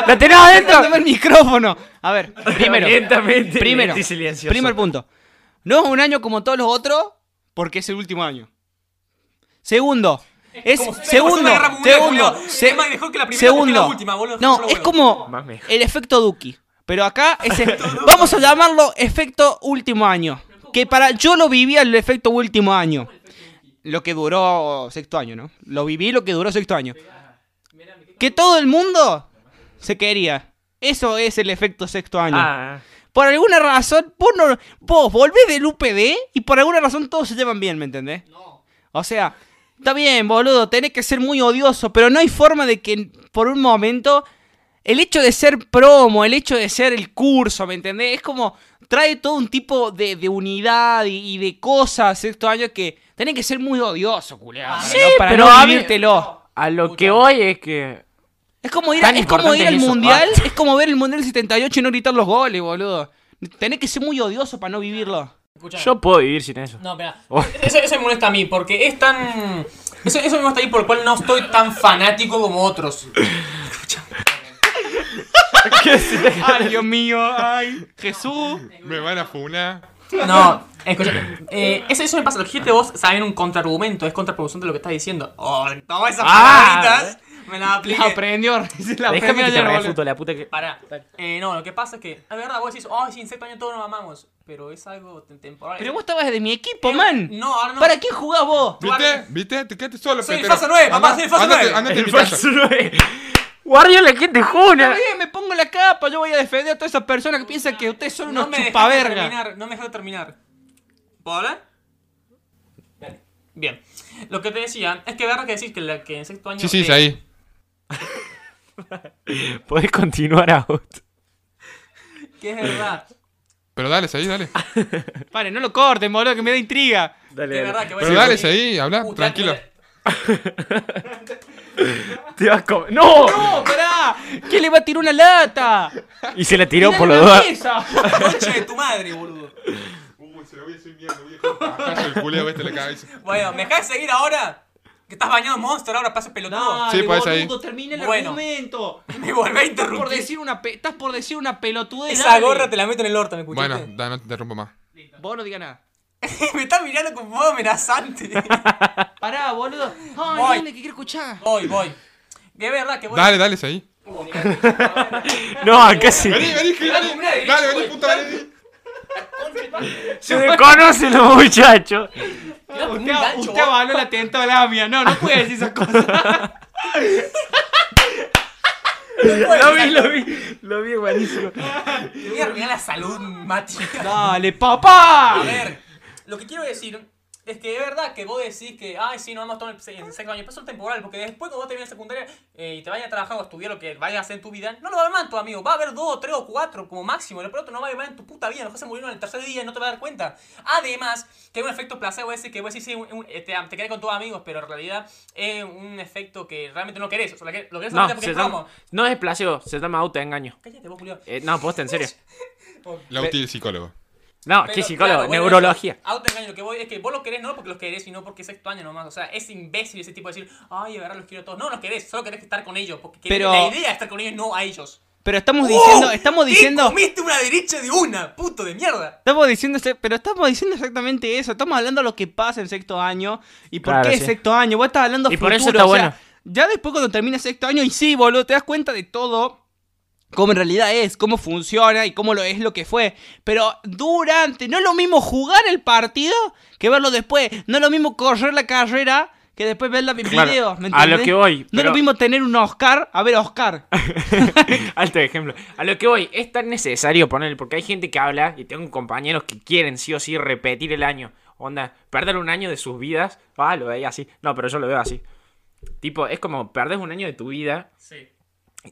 Speaker 3: ¡La tenés adentro!
Speaker 1: Dame el micrófono. A ver, primero. <laughs>
Speaker 3: Lentamente,
Speaker 1: primero.
Speaker 3: lento y silencioso.
Speaker 1: Primer punto. No es un año como todos los otros porque es el último año. Segundo. Es
Speaker 4: Como si fuera la
Speaker 1: segundo,
Speaker 4: Segunda Guerra Mundial,
Speaker 1: segundo,
Speaker 4: boludo.
Speaker 1: se-
Speaker 4: Es más mejor que la primera, que
Speaker 1: segundo.
Speaker 4: la última, boludo.
Speaker 1: no,
Speaker 4: Solo
Speaker 1: es
Speaker 4: huevo.
Speaker 1: como
Speaker 3: Más mejor.
Speaker 1: el efecto Duki, pero acá es
Speaker 4: <laughs>
Speaker 1: el- vamos a llamarlo efecto último año, que para yo lo vivía el efecto último año. Lo que duró sexto año, ¿no? Lo viví lo que duró sexto año. Que todo el mundo se quería. Eso es el efecto sexto año.
Speaker 3: Ah,
Speaker 1: Por alguna razón, vos, no- vos volvés del UPD y por alguna razón todos se llevan bien, ¿me entendés? O sea, está bien, boludo, tenés que ser muy odioso, pero no hay forma de que por un momento el hecho de ser promo, el hecho de ser el curso, ¿me entendés? Es como trae todo un tipo de, de unidad y, y de cosas estos años que tenés que ser muy odioso, culiado.
Speaker 3: Ah, Sí,
Speaker 1: para
Speaker 3: pero
Speaker 1: no
Speaker 3: a mí-
Speaker 1: vivírtelo.
Speaker 3: a lo que hoy es que.
Speaker 1: Es como ir, a-
Speaker 3: Tan
Speaker 1: es como
Speaker 3: importante
Speaker 1: ir al
Speaker 3: es eso, Ah.
Speaker 1: mundial, es como ver el mundial del 78 y no gritar los goles, boludo. Tenés que ser muy odioso para no vivirlo.
Speaker 4: Escuchame.
Speaker 3: Yo puedo vivir sin eso.
Speaker 4: No, espera. E-,
Speaker 3: Oh.
Speaker 4: Eso, eso me molesta a mí, porque es tan. Eso, eso me molesta a mí, por el cual no estoy tan fanático como otros.
Speaker 1: <laughs> Ay, Dios mío, ay, Jesús.
Speaker 2: Me van a funar.
Speaker 4: No, escucha. eh, eso, eso me pasa. Los gente vos saben un contraargumento, es contraproducente lo que estás diciendo. Oh, todas esas
Speaker 3: Ah.
Speaker 4: palabritas me
Speaker 1: ¿eh?
Speaker 4: las
Speaker 1: La
Speaker 4: apliqué.
Speaker 1: <laughs> aprendió, <laughs> se la aprendió
Speaker 3: Déjame que te
Speaker 1: ayer, boludo.
Speaker 3: refuto la puta
Speaker 4: <laughs>
Speaker 3: que.
Speaker 4: Pará. Eh, no, lo que pasa es que, es verdad, vos decís, oh, sin sexto año todos nos amamos. Pero es algo tem- temporal.
Speaker 1: Pero vos estabas de mi equipo,
Speaker 4: Eh,
Speaker 1: man.
Speaker 4: No, ahora no.
Speaker 1: ¿Para qué jugás vos?
Speaker 2: ¿Viste? ¿Viste? Te quedaste solo,
Speaker 4: Soy el
Speaker 2: Petero.
Speaker 4: falso nueve, papá,
Speaker 2: Andá-
Speaker 4: soy el falso
Speaker 2: andate-
Speaker 3: <laughs>
Speaker 4: nueve. <laughs>
Speaker 2: andate a mi casa.
Speaker 3: Guardia la gente juna.
Speaker 1: Está bien, me pongo la capa, yo voy a defender a todas esas personas que piensan que ustedes son
Speaker 4: No
Speaker 1: unos
Speaker 4: me dejaste
Speaker 1: chupaverga.
Speaker 4: terminar, no me dejaste terminar. ¿Puedo hablar? Dale. Bien. Lo que te decía, es que verdad que decís que, la, que en sexto año.
Speaker 2: Sí, sí,
Speaker 4: eh,
Speaker 2: es ahí.
Speaker 3: Podés continuar out.
Speaker 4: Que es verdad.
Speaker 2: Pero dale, ahí,
Speaker 4: <laughs>
Speaker 2: dale.
Speaker 1: Vale, no lo corten, boludo, que me da intriga.
Speaker 3: Dale,
Speaker 4: Que es verdad que voy a
Speaker 2: Pero dale,
Speaker 4: decir-
Speaker 2: ahí, habla,
Speaker 4: Uh,
Speaker 2: tranquilo.
Speaker 4: dale,
Speaker 3: Te vas a comer. ¡No!
Speaker 1: ¡No, pará! ¿Quién le va a tirar una lata?
Speaker 3: <laughs> Y se la tiró
Speaker 1: Tirale
Speaker 3: por los
Speaker 1: la
Speaker 3: dos.
Speaker 1: <laughs> mesa.
Speaker 4: dale. Concha de tu madre, boludo.
Speaker 2: Uy, se lo voy a decir mierda, viejo. Acaso el culeo este en la
Speaker 4: <laughs>
Speaker 2: cabeza.
Speaker 4: Bueno, ¿me dejas seguir ahora? Que estás bañado en Monster, ahora pases pelotudo.
Speaker 1: Dale,
Speaker 2: Sí, pues, ahí.
Speaker 1: boludo, termina el
Speaker 4: Bueno.
Speaker 1: argumento.
Speaker 4: Me volvé a
Speaker 1: Estás por
Speaker 4: interrumpir.
Speaker 1: decir una, pe- estás por decir una pelotudez.
Speaker 4: Esa
Speaker 1: dale.
Speaker 4: gorra te la meto en el orto, ¿me escuchaste?
Speaker 2: Bueno, da, no te interrumpo más.
Speaker 1: Vos no digas nada.
Speaker 4: <laughs> me estás mirando con modo
Speaker 2: <laughs>
Speaker 4: amenazante.
Speaker 1: Pará, boludo.
Speaker 4: Voy.
Speaker 1: Ay, dale, que quiero escuchar.
Speaker 4: voy, voy. Que es verdad que voy.
Speaker 2: Dale, dale, ahí.
Speaker 3: No, acá sí.
Speaker 2: Vení, vení, que- vení. Dale, vení, puta, vení.
Speaker 3: Se desconoce los muchachos.
Speaker 4: Quedás como un
Speaker 1: Usted,
Speaker 4: gancho,
Speaker 1: usted
Speaker 4: vos.
Speaker 1: avaló el atentado a la mía. No, no puede decir esas cosas.
Speaker 3: Lo vi, lo vi. Lo vi, buenísimo.
Speaker 4: Te voy a arruinar la salud, Mati.
Speaker 1: Dale,
Speaker 4: A
Speaker 1: papá.
Speaker 4: ver, lo que quiero decir es que es verdad que vos decís que, ay, sí, no vamos a tomar el sexto año. Pero eso es temporal, porque después cuando vos termines secundaria eh, y te vayas a trabajar o a estudiar lo que vayas a hacer en tu vida, no lo va a haber más, tu amigo. Va a haber dos, tres o cuatro como máximo. Lo pronto no va a haber más en tu puta vida. Los que se murieron en el tercer día y no te vas a dar cuenta. Además, que hay un efecto placebo ese que vos decís, sí, un- un- eh, te, te quedas con tus amigos, pero en realidad es un efecto que realmente no querés. O sea, lo que- lo querés
Speaker 3: No,
Speaker 4: solamente porque
Speaker 3: se
Speaker 4: es
Speaker 3: llama-
Speaker 4: promo.
Speaker 3: no es placebo, se llama autoengaño.
Speaker 4: Cállate vos, Julio.
Speaker 3: Eh, no, posta, en serio.
Speaker 2: La útil del psicólogo.
Speaker 3: No,
Speaker 4: Pero,
Speaker 3: qué psicólogo,
Speaker 4: claro, bueno,
Speaker 3: neurología.
Speaker 4: eso, Autoengaño, lo que voy es que vos los querés no porque los querés, sino porque es sexto año nomás. O sea, es imbécil ese tipo de decir, ay, de verdad los quiero a todos. No los querés, solo querés estar con ellos. Porque querés-
Speaker 1: Pero-
Speaker 4: la idea es estar con ellos, no a ellos.
Speaker 1: Pero estamos diciendo,
Speaker 4: ¡Oh!
Speaker 1: estamos
Speaker 4: ¿Qué
Speaker 1: diciendo,
Speaker 4: Comiste una derecha de una, puto de mierda.
Speaker 1: estamos diciendo, pero estamos diciendo exactamente eso. Estamos hablando de lo que pasa en sexto año y por
Speaker 3: Claro,
Speaker 1: qué
Speaker 3: sí.
Speaker 1: sexto año. Vos estás hablando
Speaker 3: Y por eso
Speaker 1: futuro,
Speaker 3: está
Speaker 1: o sea,
Speaker 3: bueno.
Speaker 1: ya después cuando termina sexto año y sí, boludo, te das cuenta de todo. Cómo en realidad es, cómo funciona y cómo lo es lo que fue. Pero durante, no es lo mismo jugar el partido que verlo después. No es lo mismo correr la carrera que después verla en
Speaker 3: Claro,
Speaker 1: video. ¿me
Speaker 3: a lo
Speaker 1: entendés?
Speaker 3: que voy,
Speaker 1: No es
Speaker 3: pero-
Speaker 1: lo mismo tener un Oscar a ver Oscar.
Speaker 3: Alto ejemplo. A lo que voy, es tan necesario poner, porque hay gente que habla y tengo compañeros que quieren sí o sí repetir el año. Onda, perder un año de sus vidas. Ah, lo veía así. No, pero yo lo veo así. Tipo, es como perdes un año de tu vida
Speaker 4: Sí.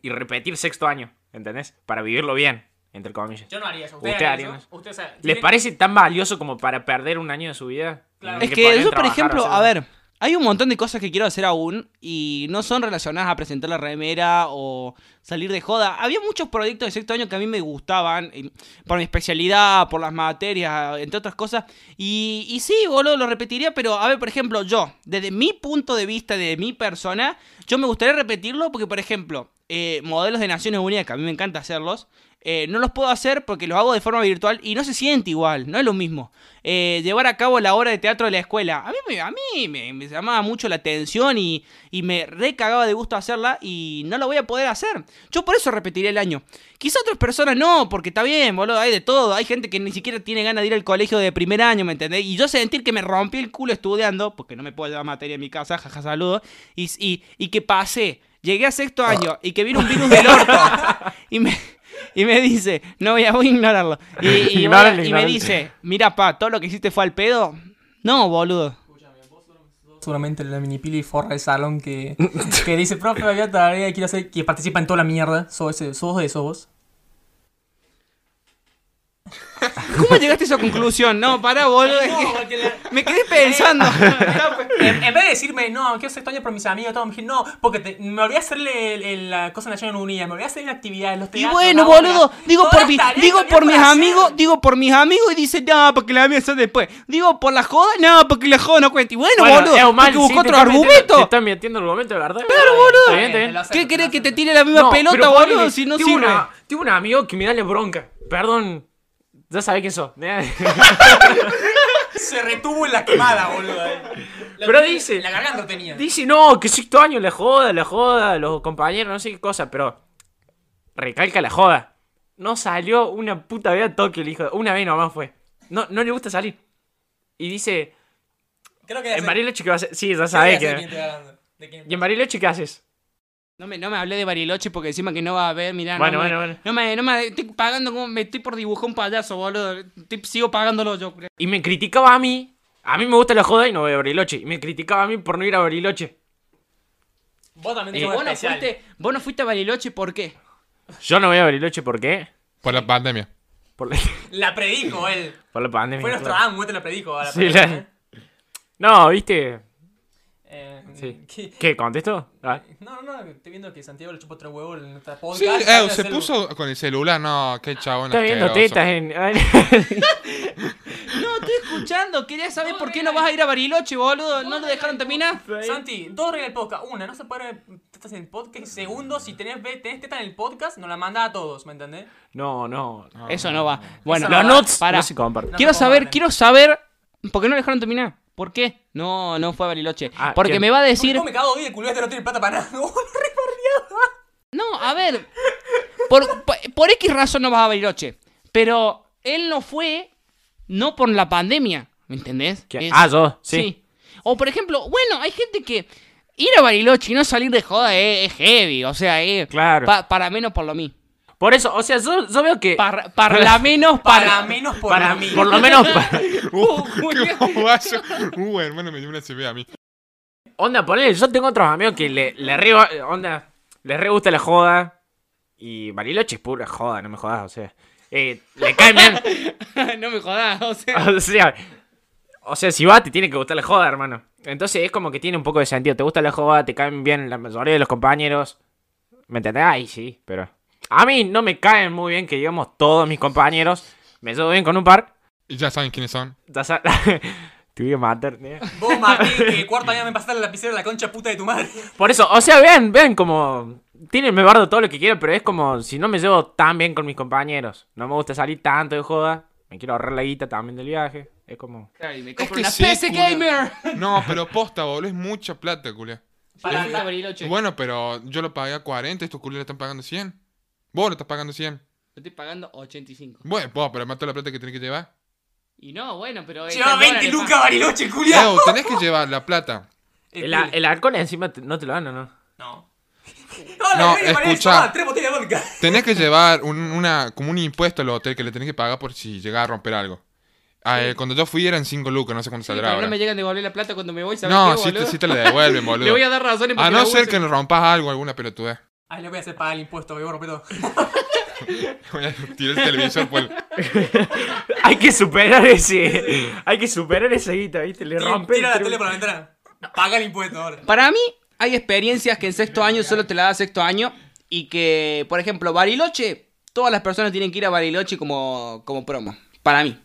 Speaker 3: y repetir sexto año, ¿entendés? Para vivirlo bien, entre comillas.
Speaker 4: Yo no haría eso.
Speaker 3: Usted
Speaker 4: Ustedes
Speaker 3: haría
Speaker 4: harían eso.
Speaker 3: eso.
Speaker 4: Ustedes, o sea,
Speaker 3: ¿Les
Speaker 4: tienen-
Speaker 3: parece tan valioso como para perder un año de su vida?
Speaker 4: Claro.
Speaker 3: En el
Speaker 1: Es que
Speaker 3: podrían
Speaker 1: yo, por
Speaker 3: trabajar,
Speaker 1: ejemplo,
Speaker 3: hacer-
Speaker 1: a ver, hay un montón de cosas que quiero hacer aún y no son relacionadas a presentar la remera o salir de joda. Había muchos proyectos de sexto año que a mí me gustaban, eh, por mi especialidad, por las materias, entre otras cosas. Y, y sí, boludo, lo repetiría, pero a ver, por ejemplo, yo, desde mi punto de vista, de mi persona, yo me gustaría repetirlo porque, por ejemplo, eh, modelos de Naciones Unidas, que a mí me encanta hacerlos, eh, no los puedo hacer porque los hago de forma virtual y no se siente igual, no es lo mismo. Eh, llevar a cabo la obra de teatro de la escuela, a mí, me- a mí me, me llamaba mucho la atención y, y me recagaba de gusto hacerla y no la voy a poder hacer. Yo por eso repetiré el año. Quizá otras personas no, porque está bien, boludo, hay de todo. Hay gente que ni siquiera tiene ganas de ir al colegio de primer año, ¿me entendés? Y yo sentir que me rompí el culo estudiando, porque no me puedo llevar materia en mi casa, jaja, saludo, y, y, y que pasé. Llegué a sexto año y que vino un virus del orto y me, y me dice, no voy a, voy a ignorarlo. Y, y voy a-
Speaker 3: Ignóralo,
Speaker 1: y me
Speaker 3: ignóralo.
Speaker 1: dice, mira, pa, todo lo que hiciste fue al pedo. No, boludo.
Speaker 4: Seguramente la minipili forra el salón que, que dice, profe, había tarea, quiero hacer, que participa en toda la mierda. Sos, ese- sos de esos vos.
Speaker 1: ¿Cómo llegaste a esa conclusión? No, pará, boludo. es que me quedé pensando. <laughs>
Speaker 4: En, en vez de decirme, no, quiero sexto año por mis amigos, todo, me dije, no, porque te- me olvidé hacerle el- el- la cosa en Nación Unida, me olvidé hacer las actividades, los
Speaker 1: Y
Speaker 4: teatros.
Speaker 1: bueno,
Speaker 4: la obra,
Speaker 1: boludo, digo
Speaker 4: todas
Speaker 1: por,
Speaker 4: las
Speaker 1: mi-
Speaker 4: tareas
Speaker 1: digo
Speaker 4: que
Speaker 1: por
Speaker 4: había
Speaker 1: mis
Speaker 4: para
Speaker 1: amigos,
Speaker 4: hacer.
Speaker 1: digo por mis amigos y dice, no, porque la mía es después. Digo por la joda, no, porque la joda no cuenta. Y bueno,
Speaker 3: Bueno,
Speaker 1: boludo,
Speaker 3: es mal,
Speaker 1: porque
Speaker 3: sí,
Speaker 1: busco
Speaker 3: te
Speaker 1: otro
Speaker 3: están metiendo- Te
Speaker 1: argumento.
Speaker 3: están metiendo el argumento de verdad. Claro, boludo. Está bien, está bien.
Speaker 4: Lo
Speaker 1: ¿Qué
Speaker 4: acepto,
Speaker 1: querés
Speaker 4: lo
Speaker 1: que te
Speaker 4: acepto.
Speaker 1: tire la misma
Speaker 3: pero
Speaker 1: pelota,
Speaker 3: ponele,
Speaker 1: boludo? Si no
Speaker 3: tengo
Speaker 1: sirve.
Speaker 3: una- tengo un amigo que me da la bronca. Perdón. Ya sabés
Speaker 1: <laughs>
Speaker 3: quién sos. <laughs>
Speaker 4: Se retuvo en la quemada, boludo. eh.
Speaker 3: <laughs>
Speaker 4: La-
Speaker 3: Pero dice-
Speaker 4: La garganta tenía.
Speaker 3: Dice, no, que sexto año la joda, la joda, los compañeros, no sé qué cosa, pero recalca la joda. No salió una puta vez a Tokio el hijo. de- Una vez nomás fue. No, no le gusta salir. Y dice,
Speaker 4: Creo que ya
Speaker 3: en
Speaker 4: sé-
Speaker 3: Bariloche que vas a... Sí, ya
Speaker 4: creo que
Speaker 3: sabés
Speaker 4: ya sé de quién
Speaker 3: que...
Speaker 4: estoy hablando, de quién.
Speaker 3: ¿Y en Bariloche qué haces?
Speaker 1: No me, no me hablé de Bariloche porque encima que no va a haber, mirá.
Speaker 3: Bueno,
Speaker 1: no me,
Speaker 3: bueno, bueno.
Speaker 1: No me, no me estoy pagando como me estoy por dibujar un payaso, boludo. Estoy- sigo pagándolo yo. creo.
Speaker 3: Y me criticaba a mí. A mí me gusta la joda y no voy a Bariloche. Y me criticaba a mí por no ir a Bariloche.
Speaker 4: Vos también
Speaker 1: Y
Speaker 4: sos
Speaker 1: vos, no
Speaker 4: especial.
Speaker 1: fuiste, vos no fuiste a Bariloche, ¿por
Speaker 4: <laughs>
Speaker 1: qué?
Speaker 3: Yo no voy a Bariloche, ¿por qué?
Speaker 2: Por la pandemia.
Speaker 3: Por la, <laughs>
Speaker 4: La predijo él.
Speaker 3: por la pandemia.
Speaker 4: Fue nuestro
Speaker 3: claro.
Speaker 4: amo, te la predijo. a la
Speaker 3: Sí,
Speaker 4: predica,
Speaker 3: la-
Speaker 4: eh.
Speaker 3: No, viste.
Speaker 4: Eh,
Speaker 3: Sí.
Speaker 4: <laughs> ¿qué?
Speaker 3: ¿Qué? ¿Contesto? Ah.
Speaker 4: No, no, no, estoy viendo que Santiago le chupó tres huevos en nuestra
Speaker 2: Sí,
Speaker 4: podcast.
Speaker 2: eh,
Speaker 4: Habla
Speaker 2: se
Speaker 4: celu-
Speaker 2: puso con el celular. No, qué chabón.
Speaker 3: Está viendo
Speaker 2: asqueroso. <laughs>
Speaker 3: tetas eh. en. <laughs>
Speaker 1: No, estoy escuchando. Quería saber por qué no vas a ir a Bariloche, boludo. ¿No lo dejaron terminar?
Speaker 4: Santi, dos reglas del podcast. Una, no se puede ver tetas en el podcast. Y segundo, si tenés, ve- tenés teta en el podcast, nos la manda a todos, ¿me entendés?
Speaker 3: no, no.
Speaker 1: Eso no va. Bueno,
Speaker 4: Eso no
Speaker 3: Los
Speaker 4: va.
Speaker 3: nuts
Speaker 1: Pará.
Speaker 3: no se comparten.
Speaker 4: No
Speaker 1: Quiero
Speaker 4: se
Speaker 1: saber,
Speaker 4: comparten.
Speaker 1: quiero saber. ¿Por qué no lo dejaron terminar? ¿Por qué? No, no fue a Bariloche.
Speaker 3: Ah,
Speaker 1: Porque
Speaker 3: ¿quién?
Speaker 1: me va a
Speaker 4: Porque
Speaker 1: decir.
Speaker 4: ¿Cómo me cago de culo este no tiene plata para nada? <laughs> No, re barriado.
Speaker 1: No, a ver. Por, por, por X razón no vas a Bariloche. Pero él no fue, no por la pandemia, ¿me entendés?
Speaker 3: ¿Quién?
Speaker 1: Es-
Speaker 3: Ah, yo, sí.
Speaker 1: O por ejemplo, bueno, hay gente que ir a Bariloche y no salir de joda es, es heavy, o sea, es
Speaker 3: Claro.
Speaker 1: pa- para menos por lo mí.
Speaker 3: Por eso, o sea, yo, yo veo que.
Speaker 1: Par-
Speaker 3: <laughs>
Speaker 1: para menos
Speaker 4: Para
Speaker 1: para...
Speaker 4: menos por
Speaker 3: para
Speaker 4: mí.
Speaker 3: Por lo menos. pa-
Speaker 1: <laughs>
Speaker 3: <laughs>
Speaker 1: Uh, Julián.
Speaker 2: ¿Cómo va eso? Uh, hermano, me dio una CB a mí.
Speaker 3: onda, ponele. Yo tengo otros amigos que le, le re. Onda, les re gusta la joda. Y Bariloche es pura joda, no me jodas, o sea. Eh, le caen
Speaker 1: <laughs>
Speaker 3: bien.
Speaker 1: no me jodas, o sea...
Speaker 2: <laughs>
Speaker 3: <laughs> O sea, o sea, si va, te tiene que gustar la joda, hermano. Entonces es como que tiene un poco de sentido. Te gusta la joda, te caen bien la mayoría de los compañeros. ¿Me entendés? Ay, sí, pero. A mí no me caen muy bien, que digamos, todos mis compañeros. Me llevo bien con un par. <laughs>
Speaker 2: Y ya saben quiénes son.
Speaker 3: Ya sa- <laughs> te voy a matar, ¿eh? tío.
Speaker 4: <laughs> Vos, Martín, que cuarto año me pasaste la lapicera de la concha puta de
Speaker 1: <laughs>
Speaker 4: tu madre.
Speaker 3: Por eso, o sea, vean, vean como. Tienen, me bardo todo lo que quiero, pero es como si no me llevo tan bien con mis compañeros. No me gusta salir tanto de joda. Me quiero ahorrar la guita también del viaje. Es como.
Speaker 1: Ay, me compro
Speaker 2: que
Speaker 1: una
Speaker 2: sí,
Speaker 1: PC
Speaker 2: culo.
Speaker 1: Gamer.
Speaker 2: No, pero posta, boludo, es mucha plata, culia.
Speaker 1: Para
Speaker 4: Para-
Speaker 1: Bariloche.
Speaker 2: Bueno, pero yo lo pagué a 40, estos culios le están pagando 100. Vos lo estás pagando 100.
Speaker 1: Lo estoy pagando 85.
Speaker 2: Bueno, vos, pero más toda la plata que tenés que llevar.
Speaker 1: Y no, bueno, pero... eh,
Speaker 4: Lleva 20 lucas Bariloche, Julia.
Speaker 2: Evo, tenés que llevar la plata.
Speaker 3: El, a- el alcohol encima te- no te lo dan, ¿o no?
Speaker 4: No. No, la
Speaker 2: No,
Speaker 4: Julia Bariloche
Speaker 2: escucha.
Speaker 4: toma tres botellas de vodka.
Speaker 2: Tenés que llevar un, una, como un impuesto al hotel que le tenés que pagar por si llegaba a romper algo. Ah, eh, cuando yo fui eran 5 lucas, no sé cuánto saldrá
Speaker 1: no
Speaker 2: ahora.
Speaker 1: me llegan a devolver la plata cuando me voy, ¿sabes
Speaker 2: No,
Speaker 1: qué,
Speaker 2: si, te,
Speaker 1: boludo?
Speaker 2: sí te
Speaker 1: <laughs>
Speaker 2: la devuelven, boludo.
Speaker 1: Le voy a dar razones para
Speaker 2: A
Speaker 1: que la
Speaker 2: no ser
Speaker 1: use.
Speaker 2: que le rompas algo, alguna pelotudez. <laughs>
Speaker 4: Ay, le voy a hacer pagar el impuesto, que vos rompido.
Speaker 3: <laughs>
Speaker 2: Voy a tirar el televisor
Speaker 1: <laughs>
Speaker 2: pues. por el-
Speaker 3: Hay que superar ese. Hay que superar esa guita, ¿viste?
Speaker 4: <laughs>
Speaker 3: Le rompe. el
Speaker 4: Tira la
Speaker 3: tru-
Speaker 4: tele por la ventana. Paga el impuesto ahora.
Speaker 1: Para mí, hay experiencias que en sexto año solo te la da sexto año. Y que, por ejemplo, Bariloche, todas las personas tienen que ir a Bariloche como, como promo. Para mí.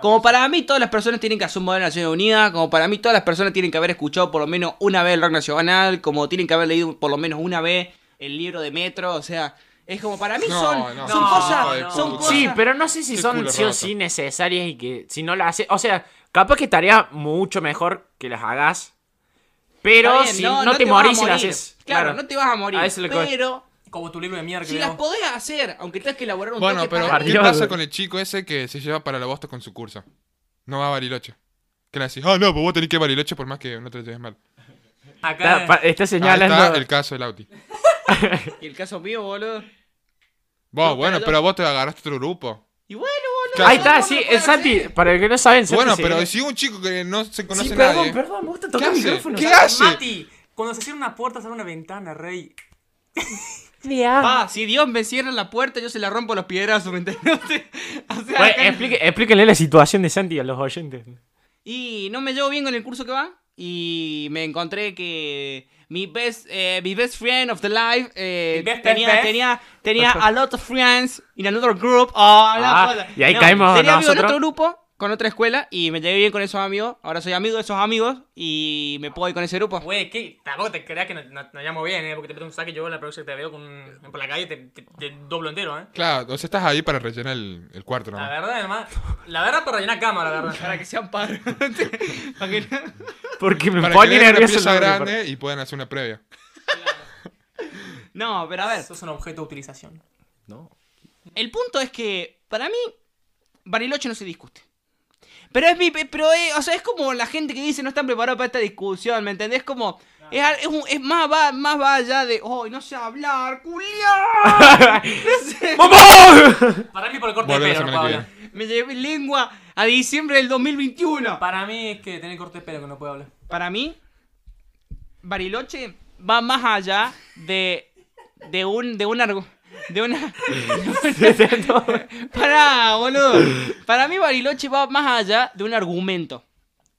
Speaker 1: Como para mí, todas las personas tienen que asumir de Naciones Unidas. Como para mí, todas las personas tienen que haber escuchado por lo menos una vez el rock nacional. Como tienen que haber leído por lo menos una vez el libro de Metro. O sea, es como para mí
Speaker 2: No,
Speaker 1: son,
Speaker 2: no,
Speaker 1: son
Speaker 4: no,
Speaker 1: cosas.
Speaker 4: no.
Speaker 1: son cosas-
Speaker 3: Sí, pero no sé si
Speaker 2: Qué
Speaker 3: son
Speaker 2: culo
Speaker 3: sí o
Speaker 2: roto.
Speaker 3: sí necesarias y que si no las haces. O sea, capaz que estaría mucho mejor que las hagas. Pero
Speaker 1: Está bien,
Speaker 3: si no, te,
Speaker 1: vas a
Speaker 3: morís si las
Speaker 1: morir.
Speaker 3: haces.
Speaker 1: Claro, no te vas a morir.
Speaker 3: A eso le co-
Speaker 1: pero
Speaker 4: Como tu libro de mierda. que
Speaker 1: si las
Speaker 4: veo.
Speaker 1: podés hacer, aunque tengas que elaborar un
Speaker 2: Bueno,
Speaker 1: toque
Speaker 2: pero
Speaker 1: para-
Speaker 2: ¿qué
Speaker 3: Dios.
Speaker 2: pasa con el chico ese que se lleva para la bosta con su curso? No va a Bariloche. Que le decís, ah, no, pues vos tenés que ir a Bariloche por más que no te lo lleves mal.
Speaker 4: Acá.
Speaker 3: Está, pa- está
Speaker 2: Ahí
Speaker 3: señalando.
Speaker 2: está el caso del Auti.
Speaker 1: Y el caso mío, boludo.
Speaker 2: Vos,
Speaker 1: No,
Speaker 2: bueno,
Speaker 1: pero-
Speaker 2: pero vos te agarraste otro grupo.
Speaker 1: Y bueno, boludo.
Speaker 2: Claro.
Speaker 3: Ahí está, sí, el Santi. Para el que no saben, Santi
Speaker 2: Bueno,
Speaker 3: se-
Speaker 2: pero si un chico que no se conoce
Speaker 3: Sí,
Speaker 2: a
Speaker 3: perdón,
Speaker 2: nadie.
Speaker 3: perdón, me gusta
Speaker 2: ¿Qué
Speaker 3: tocar el
Speaker 2: hace?
Speaker 3: micrófono.
Speaker 2: ¿Qué hace?
Speaker 4: Mati, cuando se cierra una puerta, se abre una ventana, rey.
Speaker 1: Pa, si Dios me cierra la puerta, yo se la rompo a los piedrazos, ¿me entendés? <laughs> O sea,
Speaker 3: Bueno,
Speaker 1: acá-
Speaker 3: explique- explíquenle la situación de Santi a los oyentes.
Speaker 1: Y no me llevo bien con el curso que va. Y me encontré que mi best, eh, mi best friend of the life eh,
Speaker 4: Mi best,
Speaker 1: tenía,
Speaker 4: best, best.
Speaker 1: tenía,
Speaker 3: <laughs>
Speaker 1: tenía a lot of friends in another group. Oh, no,
Speaker 3: Ah,
Speaker 1: joda.
Speaker 3: y ahí
Speaker 1: No,
Speaker 3: caemos
Speaker 1: Tenía amigos en
Speaker 3: nosotros.
Speaker 1: otro grupo, con otra escuela, y me llevé bien con esos amigos. Ahora soy amigo de esos amigos y me puedo ir con ese grupo.
Speaker 4: Güey, ¿qué? Tampoco te creas que no- no- nos llamo bien, ¿eh? Porque te meto un saque yo la próxima que te veo con, por la calle te, te, te doblo entero, ¿eh?
Speaker 2: Claro, o sea, estás ahí para rellenar el, el cuarto, ¿no?
Speaker 4: La verdad, además. La verdad, para rellenar cama, la verdad.
Speaker 1: Para que sean padres. <laughs> Para que no-
Speaker 3: Porque me
Speaker 2: Para que
Speaker 3: pone
Speaker 2: le den una
Speaker 3: nervioso.
Speaker 2: pieza
Speaker 3: el nombre,
Speaker 2: grande y puedan hacer una previa.
Speaker 1: No, pero a ver.
Speaker 4: Eso es un objeto de utilización.
Speaker 1: El punto es que, para mí, Bariloche no se discute. Pero es mi. Pero es, o sea, es como la gente que dice no están preparados para esta discusión, ¿me entendés? Como. Es, al- es un- es más, va, más va allá de. ¡Oh, no sé hablar! ¡Culiá! No sé.
Speaker 3: ¡Vamos!
Speaker 4: Para mí, por el corte
Speaker 2: Volver
Speaker 4: de
Speaker 2: la
Speaker 4: pelo, no
Speaker 2: semana
Speaker 4: puedo
Speaker 2: que
Speaker 4: hablar.
Speaker 1: Me llevé lengua a diciembre del 2021. Pa-
Speaker 4: Para mí es que tener corte de pelo que no puedo hablar.
Speaker 1: Para mí, Bariloche va más allá de. De un. De un argu- De una. <laughs> Pará, boludo. Para mí Bariloche va más allá de un argumento.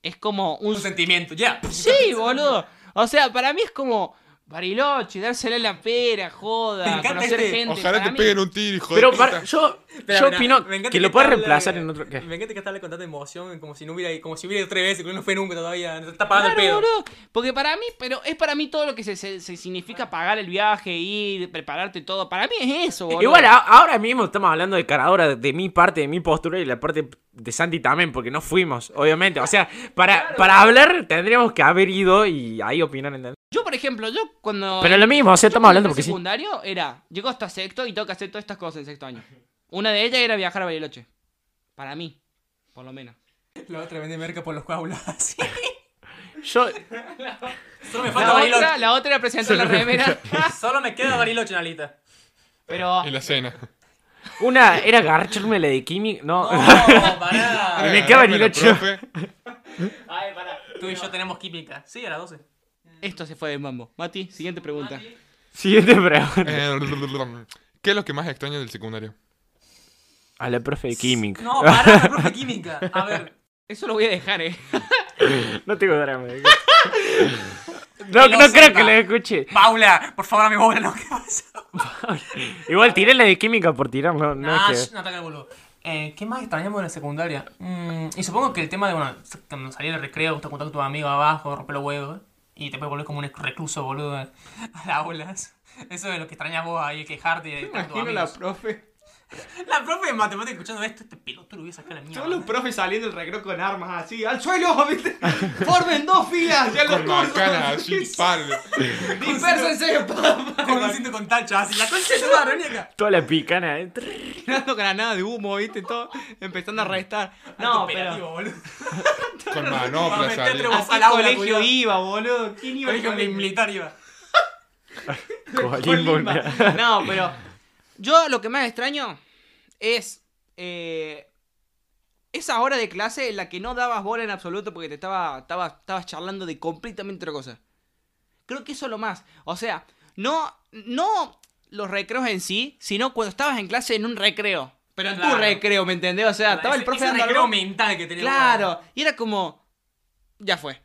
Speaker 1: Es como un...
Speaker 4: Un sentimiento, ya.
Speaker 1: Sí, boludo. O sea, para mí es como Bariloche, dársela la pera,
Speaker 4: Me
Speaker 1: joda,
Speaker 4: encanta
Speaker 1: conocer
Speaker 4: este-
Speaker 1: gente.
Speaker 2: Ojalá
Speaker 1: para
Speaker 2: te
Speaker 1: mí-
Speaker 2: peguen un tiro, hijo
Speaker 3: Pero
Speaker 2: de
Speaker 3: para-
Speaker 2: puta.
Speaker 3: yo,
Speaker 4: Espera,
Speaker 3: yo
Speaker 4: mira,
Speaker 3: opino
Speaker 4: me encanta
Speaker 3: que lo puedes
Speaker 4: hable-
Speaker 3: reemplazar en otro. ¿qué?
Speaker 4: Me encanta que está hablando con tanta emoción, como si no hubiera, como si hubiera ido tres veces, que no fue nunca todavía. Te está pagando
Speaker 1: Claro,
Speaker 4: el pedo.
Speaker 1: boludo. Porque para mí, pero es para mí todo lo que se, se- se significa pagar el viaje, ir, prepararte todo. Para mí es eso, boludo.
Speaker 3: Igual a- ahora mismo estamos hablando de caradora de mi parte, de mi postura y la parte de Santi también, porque no fuimos, obviamente. O sea, para, para hablar tendríamos que haber ido y ahí opinar, ¿entendés?
Speaker 1: Yo, por ejemplo, yo cuando...
Speaker 3: Pero lo mismo, o sea,
Speaker 1: Yo
Speaker 3: estamos
Speaker 1: cuando
Speaker 3: hablando
Speaker 1: entré
Speaker 3: porque sí.
Speaker 1: secundario era, llego hasta sexto y tengo que hacer todas estas cosas en sexto año. Una de ellas era viajar a Bariloche. Para mí, por lo menos.
Speaker 6: La otra vende merca por los coágulos. así.
Speaker 3: Yo,
Speaker 4: <laughs> Solo me falta
Speaker 1: La otra,
Speaker 4: Bariloche.
Speaker 1: la otra presentó <laughs> la remera.
Speaker 4: Solo me queda Bariloche en la lista.
Speaker 1: Pero
Speaker 2: En la cena.
Speaker 3: una, era garcharme la de química.
Speaker 4: <laughs>
Speaker 3: No,
Speaker 4: No,
Speaker 1: Ah.
Speaker 4: pará.
Speaker 2: Agarrame
Speaker 3: Me queda
Speaker 2: Eh, la
Speaker 3: Bariloche.
Speaker 2: profe.
Speaker 4: Ay, pará. Tú y yo tenemos química. Sí, a las 12.
Speaker 1: esto se fue de mambo. Mati, siguiente pregunta.
Speaker 3: <laughs> siguiente pregunta.
Speaker 2: Eh, ¿Qué es lo que más extraño del secundario?
Speaker 3: A la profe de química.
Speaker 4: No, pará, la profe química. A ver.
Speaker 1: Eso lo voy a dejar, <laughs> eh.
Speaker 3: No tengo
Speaker 4: <laughs>
Speaker 3: drama. No,
Speaker 4: Que lo
Speaker 3: no creo
Speaker 4: sepa.
Speaker 3: que la escuche.
Speaker 4: Paula, por favor, amigo, bola, no, ¿qué pasa?
Speaker 3: Igual tiré la de química por tirarlo. No,
Speaker 4: Nah,
Speaker 3: es
Speaker 4: sh, Ah, no ataca el boludo. Eh, ¿Qué más extrañamos de la secundaria? Mm, y supongo que el tema de, bueno, cuando salí del recreo, te juntás con tus amigos abajo, romper los huevos, y te puedes volver como un recluso, boludo, <laughs> a las olas. Eso es lo que extrañas vos ahí, quejarte de estar con tus
Speaker 1: Imagino la
Speaker 4: amigos.
Speaker 1: profe.
Speaker 4: La profe de matemática escuchando esto, este pelotudo lo voy a sacar a la
Speaker 1: Todos los
Speaker 4: mierda.
Speaker 1: profes saliendo del recreo con armas así, al suelo, ¿viste? Formen dos filas, ya los
Speaker 2: Con la cara
Speaker 1: cursos.
Speaker 2: así, pal.
Speaker 1: Dispersense, pam.
Speaker 4: Pues Con un cinto con tacha, así, la concha
Speaker 1: <laughs>
Speaker 4: de tu madre, vení acá.
Speaker 3: que toda la picana. eh.
Speaker 1: Tirando granadas de humo, ¿viste? Todo empezando a restar. No, pero.
Speaker 4: Operativo, boludo.
Speaker 2: Con
Speaker 4: Vamos
Speaker 2: manopla
Speaker 4: a meter
Speaker 2: sale.
Speaker 4: tres
Speaker 1: ¿A qué
Speaker 4: Al aula,
Speaker 1: colegio
Speaker 4: cuidado.
Speaker 1: iba, boludo? ¿Quién iba al
Speaker 4: Colegio militar iba.
Speaker 1: Con
Speaker 3: Coalín
Speaker 1: Limba.
Speaker 3: Bonga.
Speaker 1: No, pero yo lo que más extraño es eh, esa hora de clase en la que no dabas bola en absoluto porque te estaba, estaba, estabas charlando de completamente otra cosa. Creo que eso es lo más. O sea, no, no los recreos en sí, sino cuando estabas en clase en un recreo. Pero en
Speaker 4: Claro.
Speaker 1: tu recreo, ¿me entendés? O sea, estaba el
Speaker 4: Ese-
Speaker 1: profe
Speaker 4: ese
Speaker 1: dando
Speaker 4: recreo
Speaker 1: algo-
Speaker 4: mental que tenía.
Speaker 1: Claro, y era como. Ya fue.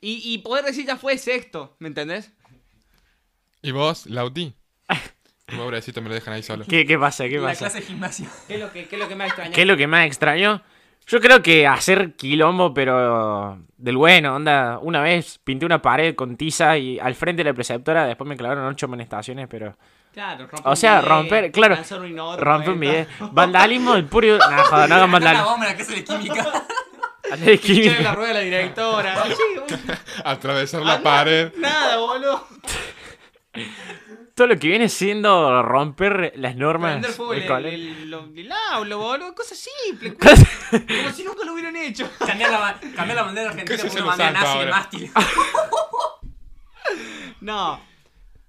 Speaker 1: Y, y poder decir ya fue sexto, ¿me entendés?
Speaker 2: ¿Y vos, Lauti? Pobrecito, me lo dejan
Speaker 1: <laughs>
Speaker 2: ahí solo.
Speaker 3: ¿Qué, ¿Qué pasa? ¿Qué
Speaker 4: La
Speaker 3: pasa?
Speaker 4: clase de gimnasia.
Speaker 1: ¿Qué es lo que, qué es lo que más extraña?
Speaker 3: ¿Qué es lo que más extraño? Yo creo que hacer quilombo, pero del bueno, onda. Una vez pinté una pared con tiza y al frente de la preceptora, después me clavaron ocho amonestaciones, pero.
Speaker 1: Claro, romper
Speaker 3: O
Speaker 1: un
Speaker 3: sea,
Speaker 1: bidet,
Speaker 3: romper, claro,
Speaker 1: lanzar un inodoro,
Speaker 3: Rompe un
Speaker 1: poeta.
Speaker 3: video. Vandalismo del puro. No, joder, no hagan
Speaker 4: Acá la
Speaker 3: vandalismo.
Speaker 4: bomba en la clase de <laughs> química.
Speaker 3: Andá
Speaker 1: <laughs>
Speaker 3: de
Speaker 1: Pinchar en la
Speaker 3: química.
Speaker 1: rueda de la directora.
Speaker 3: <laughs>
Speaker 1: Sí, bueno,
Speaker 2: Atravesar
Speaker 1: Ah,
Speaker 2: la
Speaker 1: no.
Speaker 2: pared.
Speaker 1: nada, boludo.
Speaker 3: Todo lo que viene siendo romper las normas.
Speaker 1: Prender fuego
Speaker 3: del
Speaker 1: el, el,
Speaker 3: cole.
Speaker 1: el, lo- el aula, boludo. Cosas
Speaker 3: <laughs>
Speaker 1: simples. Como si nunca lo hubieran hecho. <laughs>
Speaker 4: Cambiar la, ba- cambiar la bandera
Speaker 2: ¿Qué
Speaker 4: argentina
Speaker 2: se
Speaker 4: por
Speaker 2: hace
Speaker 4: una
Speaker 2: en
Speaker 4: bandera
Speaker 2: Santa
Speaker 4: nazi de
Speaker 2: ahora?
Speaker 4: mástil.
Speaker 1: No.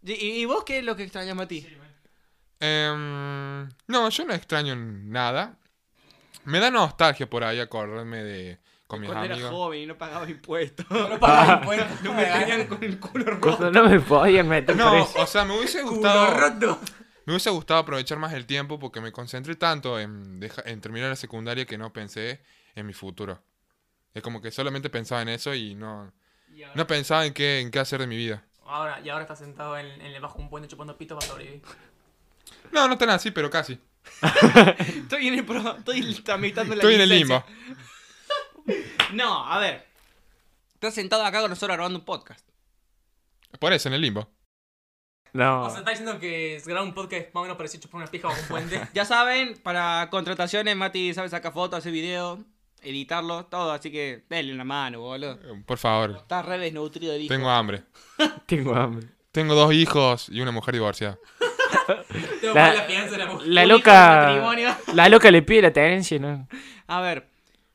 Speaker 1: ¿Y, y- y vos qué es lo que extrañas, Mati?
Speaker 2: Em, no, yo no extraño nada. Me da nostalgia por ahí acordarme de con mis
Speaker 1: Cuando era
Speaker 2: amigos.
Speaker 1: joven y no pagaba impuestos. <laughs>
Speaker 4: No pagaba impuestos.
Speaker 1: No me tenían con el culo roto.
Speaker 3: Cuando no me podían meter
Speaker 2: No,
Speaker 3: preso.
Speaker 2: o sea, me hubiese
Speaker 4: Culo
Speaker 2: gustado,
Speaker 4: roto.
Speaker 2: me hubiese gustado aprovechar más el tiempo porque me concentré tanto en, deja- en terminar la secundaria que no pensé en mi futuro. Es como que solamente pensaba en eso y no, no pensaba en qué, en qué hacer de mi vida.
Speaker 4: Ahora, y ahora está sentado en, en el bajo un puente chupando pito para sobrevivir.
Speaker 2: No, no tan así, pero casi.
Speaker 1: Estoy en el pro, estoy tramitando la
Speaker 2: Estoy en el
Speaker 1: licencia.
Speaker 2: limbo.
Speaker 1: No, a ver. Estás sentado acá con nosotros grabando un podcast.
Speaker 2: Por eso, en el limbo.
Speaker 3: No.
Speaker 4: O sea, está diciendo que es grabar un podcast más o menos parecido chupar una pija bajo
Speaker 1: <laughs>
Speaker 4: un puente.
Speaker 1: Ya saben, para contrataciones, Mati sabe sacar fotos, hacer videos, editarlo, todo, así que denle una mano, boludo.
Speaker 2: Eh, Por favor,
Speaker 1: Está re desnutrido el hijo.
Speaker 2: tengo hambre.
Speaker 3: Tengo hambre.
Speaker 2: Tengo dos hijos y una mujer divorciada.
Speaker 4: Tengo
Speaker 3: La-
Speaker 4: la, la fianza de la mujer.
Speaker 3: La
Speaker 1: Un hijo de
Speaker 3: loca.
Speaker 1: matrimonio.
Speaker 3: La loca le pide la tenencia, y ¿no?
Speaker 1: A ver.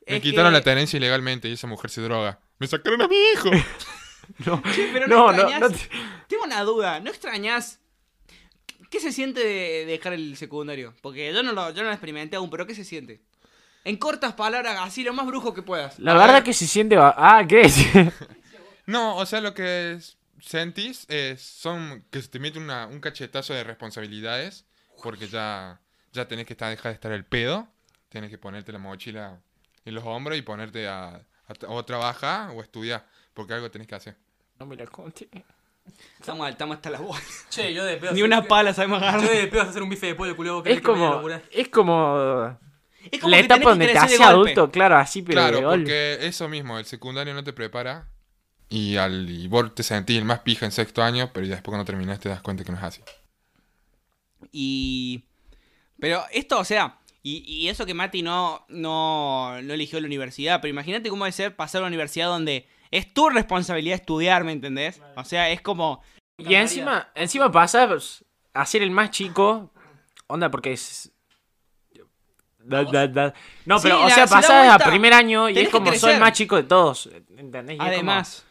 Speaker 2: Me
Speaker 1: es
Speaker 2: quitaron
Speaker 1: que-
Speaker 2: la tenencia ilegalmente y esa mujer se droga. Me sacaron a mi
Speaker 1: <laughs>
Speaker 2: hijo.
Speaker 3: No,
Speaker 1: Pero no,
Speaker 3: no, no.
Speaker 1: extrañas.
Speaker 3: no te-
Speaker 1: Tengo una duda, ¿no extrañas? ¿Qué se siente de dejar el secundario? Porque yo no lo, yo no lo experimenté aún, pero ¿qué se siente? En cortas palabras, así lo más brujo que puedas.
Speaker 3: La verdad que se siente. ba- Ah, ¿qué <laughs> es?
Speaker 2: No, o sea, lo que es- sentís es, son que se te mete una- un cachetazo de responsabilidades porque ya, ya tenés que estar, dejar de estar el pedo. Tienes que ponerte la mochila en los hombros y ponerte a, a tra- o trabajar o estudiar porque algo tenés que hacer.
Speaker 3: No me la conté.
Speaker 1: Estamos, estamos hasta la bola.
Speaker 4: Che, yo de pedo.
Speaker 1: <laughs> Ni una
Speaker 4: pala.
Speaker 1: pala sabemos
Speaker 4: Yo
Speaker 1: agarrar.
Speaker 4: de pedo sé hacer un bife de pollo culo que
Speaker 3: Es
Speaker 4: que me voy a
Speaker 3: como.
Speaker 4: laburar.
Speaker 3: Es como.
Speaker 1: Es
Speaker 3: La
Speaker 1: que tenés
Speaker 3: etapa
Speaker 1: que
Speaker 3: donde te
Speaker 1: crecer de
Speaker 3: hace
Speaker 1: golpe.
Speaker 3: adulto, claro, así, pero de
Speaker 2: Claro,
Speaker 3: golpe.
Speaker 2: porque eso mismo, el secundario no te prepara y, al, y vos te sentís el más pija en sexto año, pero ya después cuando terminás te das cuenta que no es así.
Speaker 1: Y. Pero esto, o sea, y, y eso que Mati no, no, no eligió la universidad, pero imagínate cómo debe ser pasar a una universidad donde es tu responsabilidad estudiar, ¿me entendés? O sea, es como.
Speaker 3: Y encima, encima pues, pasas a ser el más chico. Onda, porque es. da, da, da. No, pero,
Speaker 1: Sí,
Speaker 3: o
Speaker 1: la-
Speaker 3: sea,
Speaker 1: se da
Speaker 3: pasás a
Speaker 1: vuelta.
Speaker 3: primer año y
Speaker 1: Tenés
Speaker 3: es
Speaker 1: que
Speaker 3: como soy
Speaker 1: crecer.
Speaker 3: más chico de todos. ¿Entendés? Y es como-
Speaker 1: Además.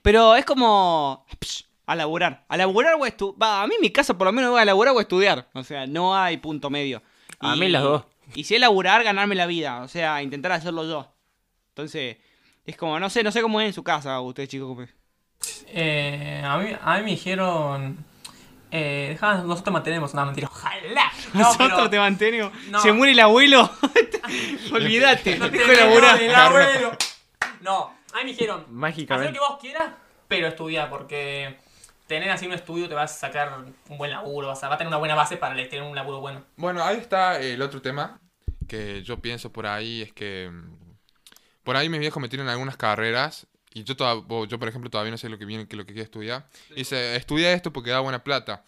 Speaker 1: Pero es como. psh, a laburar. A laburar o a estudiar. A mí en mi casa por lo menos voy a laburar o a estudiar. O sea, no hay punto medio.
Speaker 3: A
Speaker 1: Y-
Speaker 3: mí las dos.
Speaker 1: Y si es laburar, ganarme la vida. O sea, intentar hacerlo yo. Entonces, es como, no sé, no sé cómo es en su casa, usted, chico.
Speaker 4: Eh, a, mí, a mí me dijeron. Eh, dejá, nosotros te mantenemos. No, mentira. Ojalá. No,
Speaker 1: Nosotros
Speaker 4: pero-
Speaker 1: te mantenemos.
Speaker 4: no.
Speaker 1: Se muere el abuelo. <laughs> Olvídate.
Speaker 4: No te
Speaker 1: dejó de laburar.
Speaker 4: el abuelo. No, a mí me dijeron. Haz lo
Speaker 3: Mágicamente.
Speaker 4: que vos quieras, pero estudia, porque tener así un estudio te vas a sacar un buen laburo, vas a, vas a tener una buena base para tener un laburo bueno.
Speaker 2: Bueno, ahí está el otro tema que yo pienso por ahí es que mm, por ahí mis viejos me tiran algunas carreras y yo toda- o yo por ejemplo todavía no sé lo que viene que lo que quiero estudiar. Y dice, estudia esto porque da buena plata.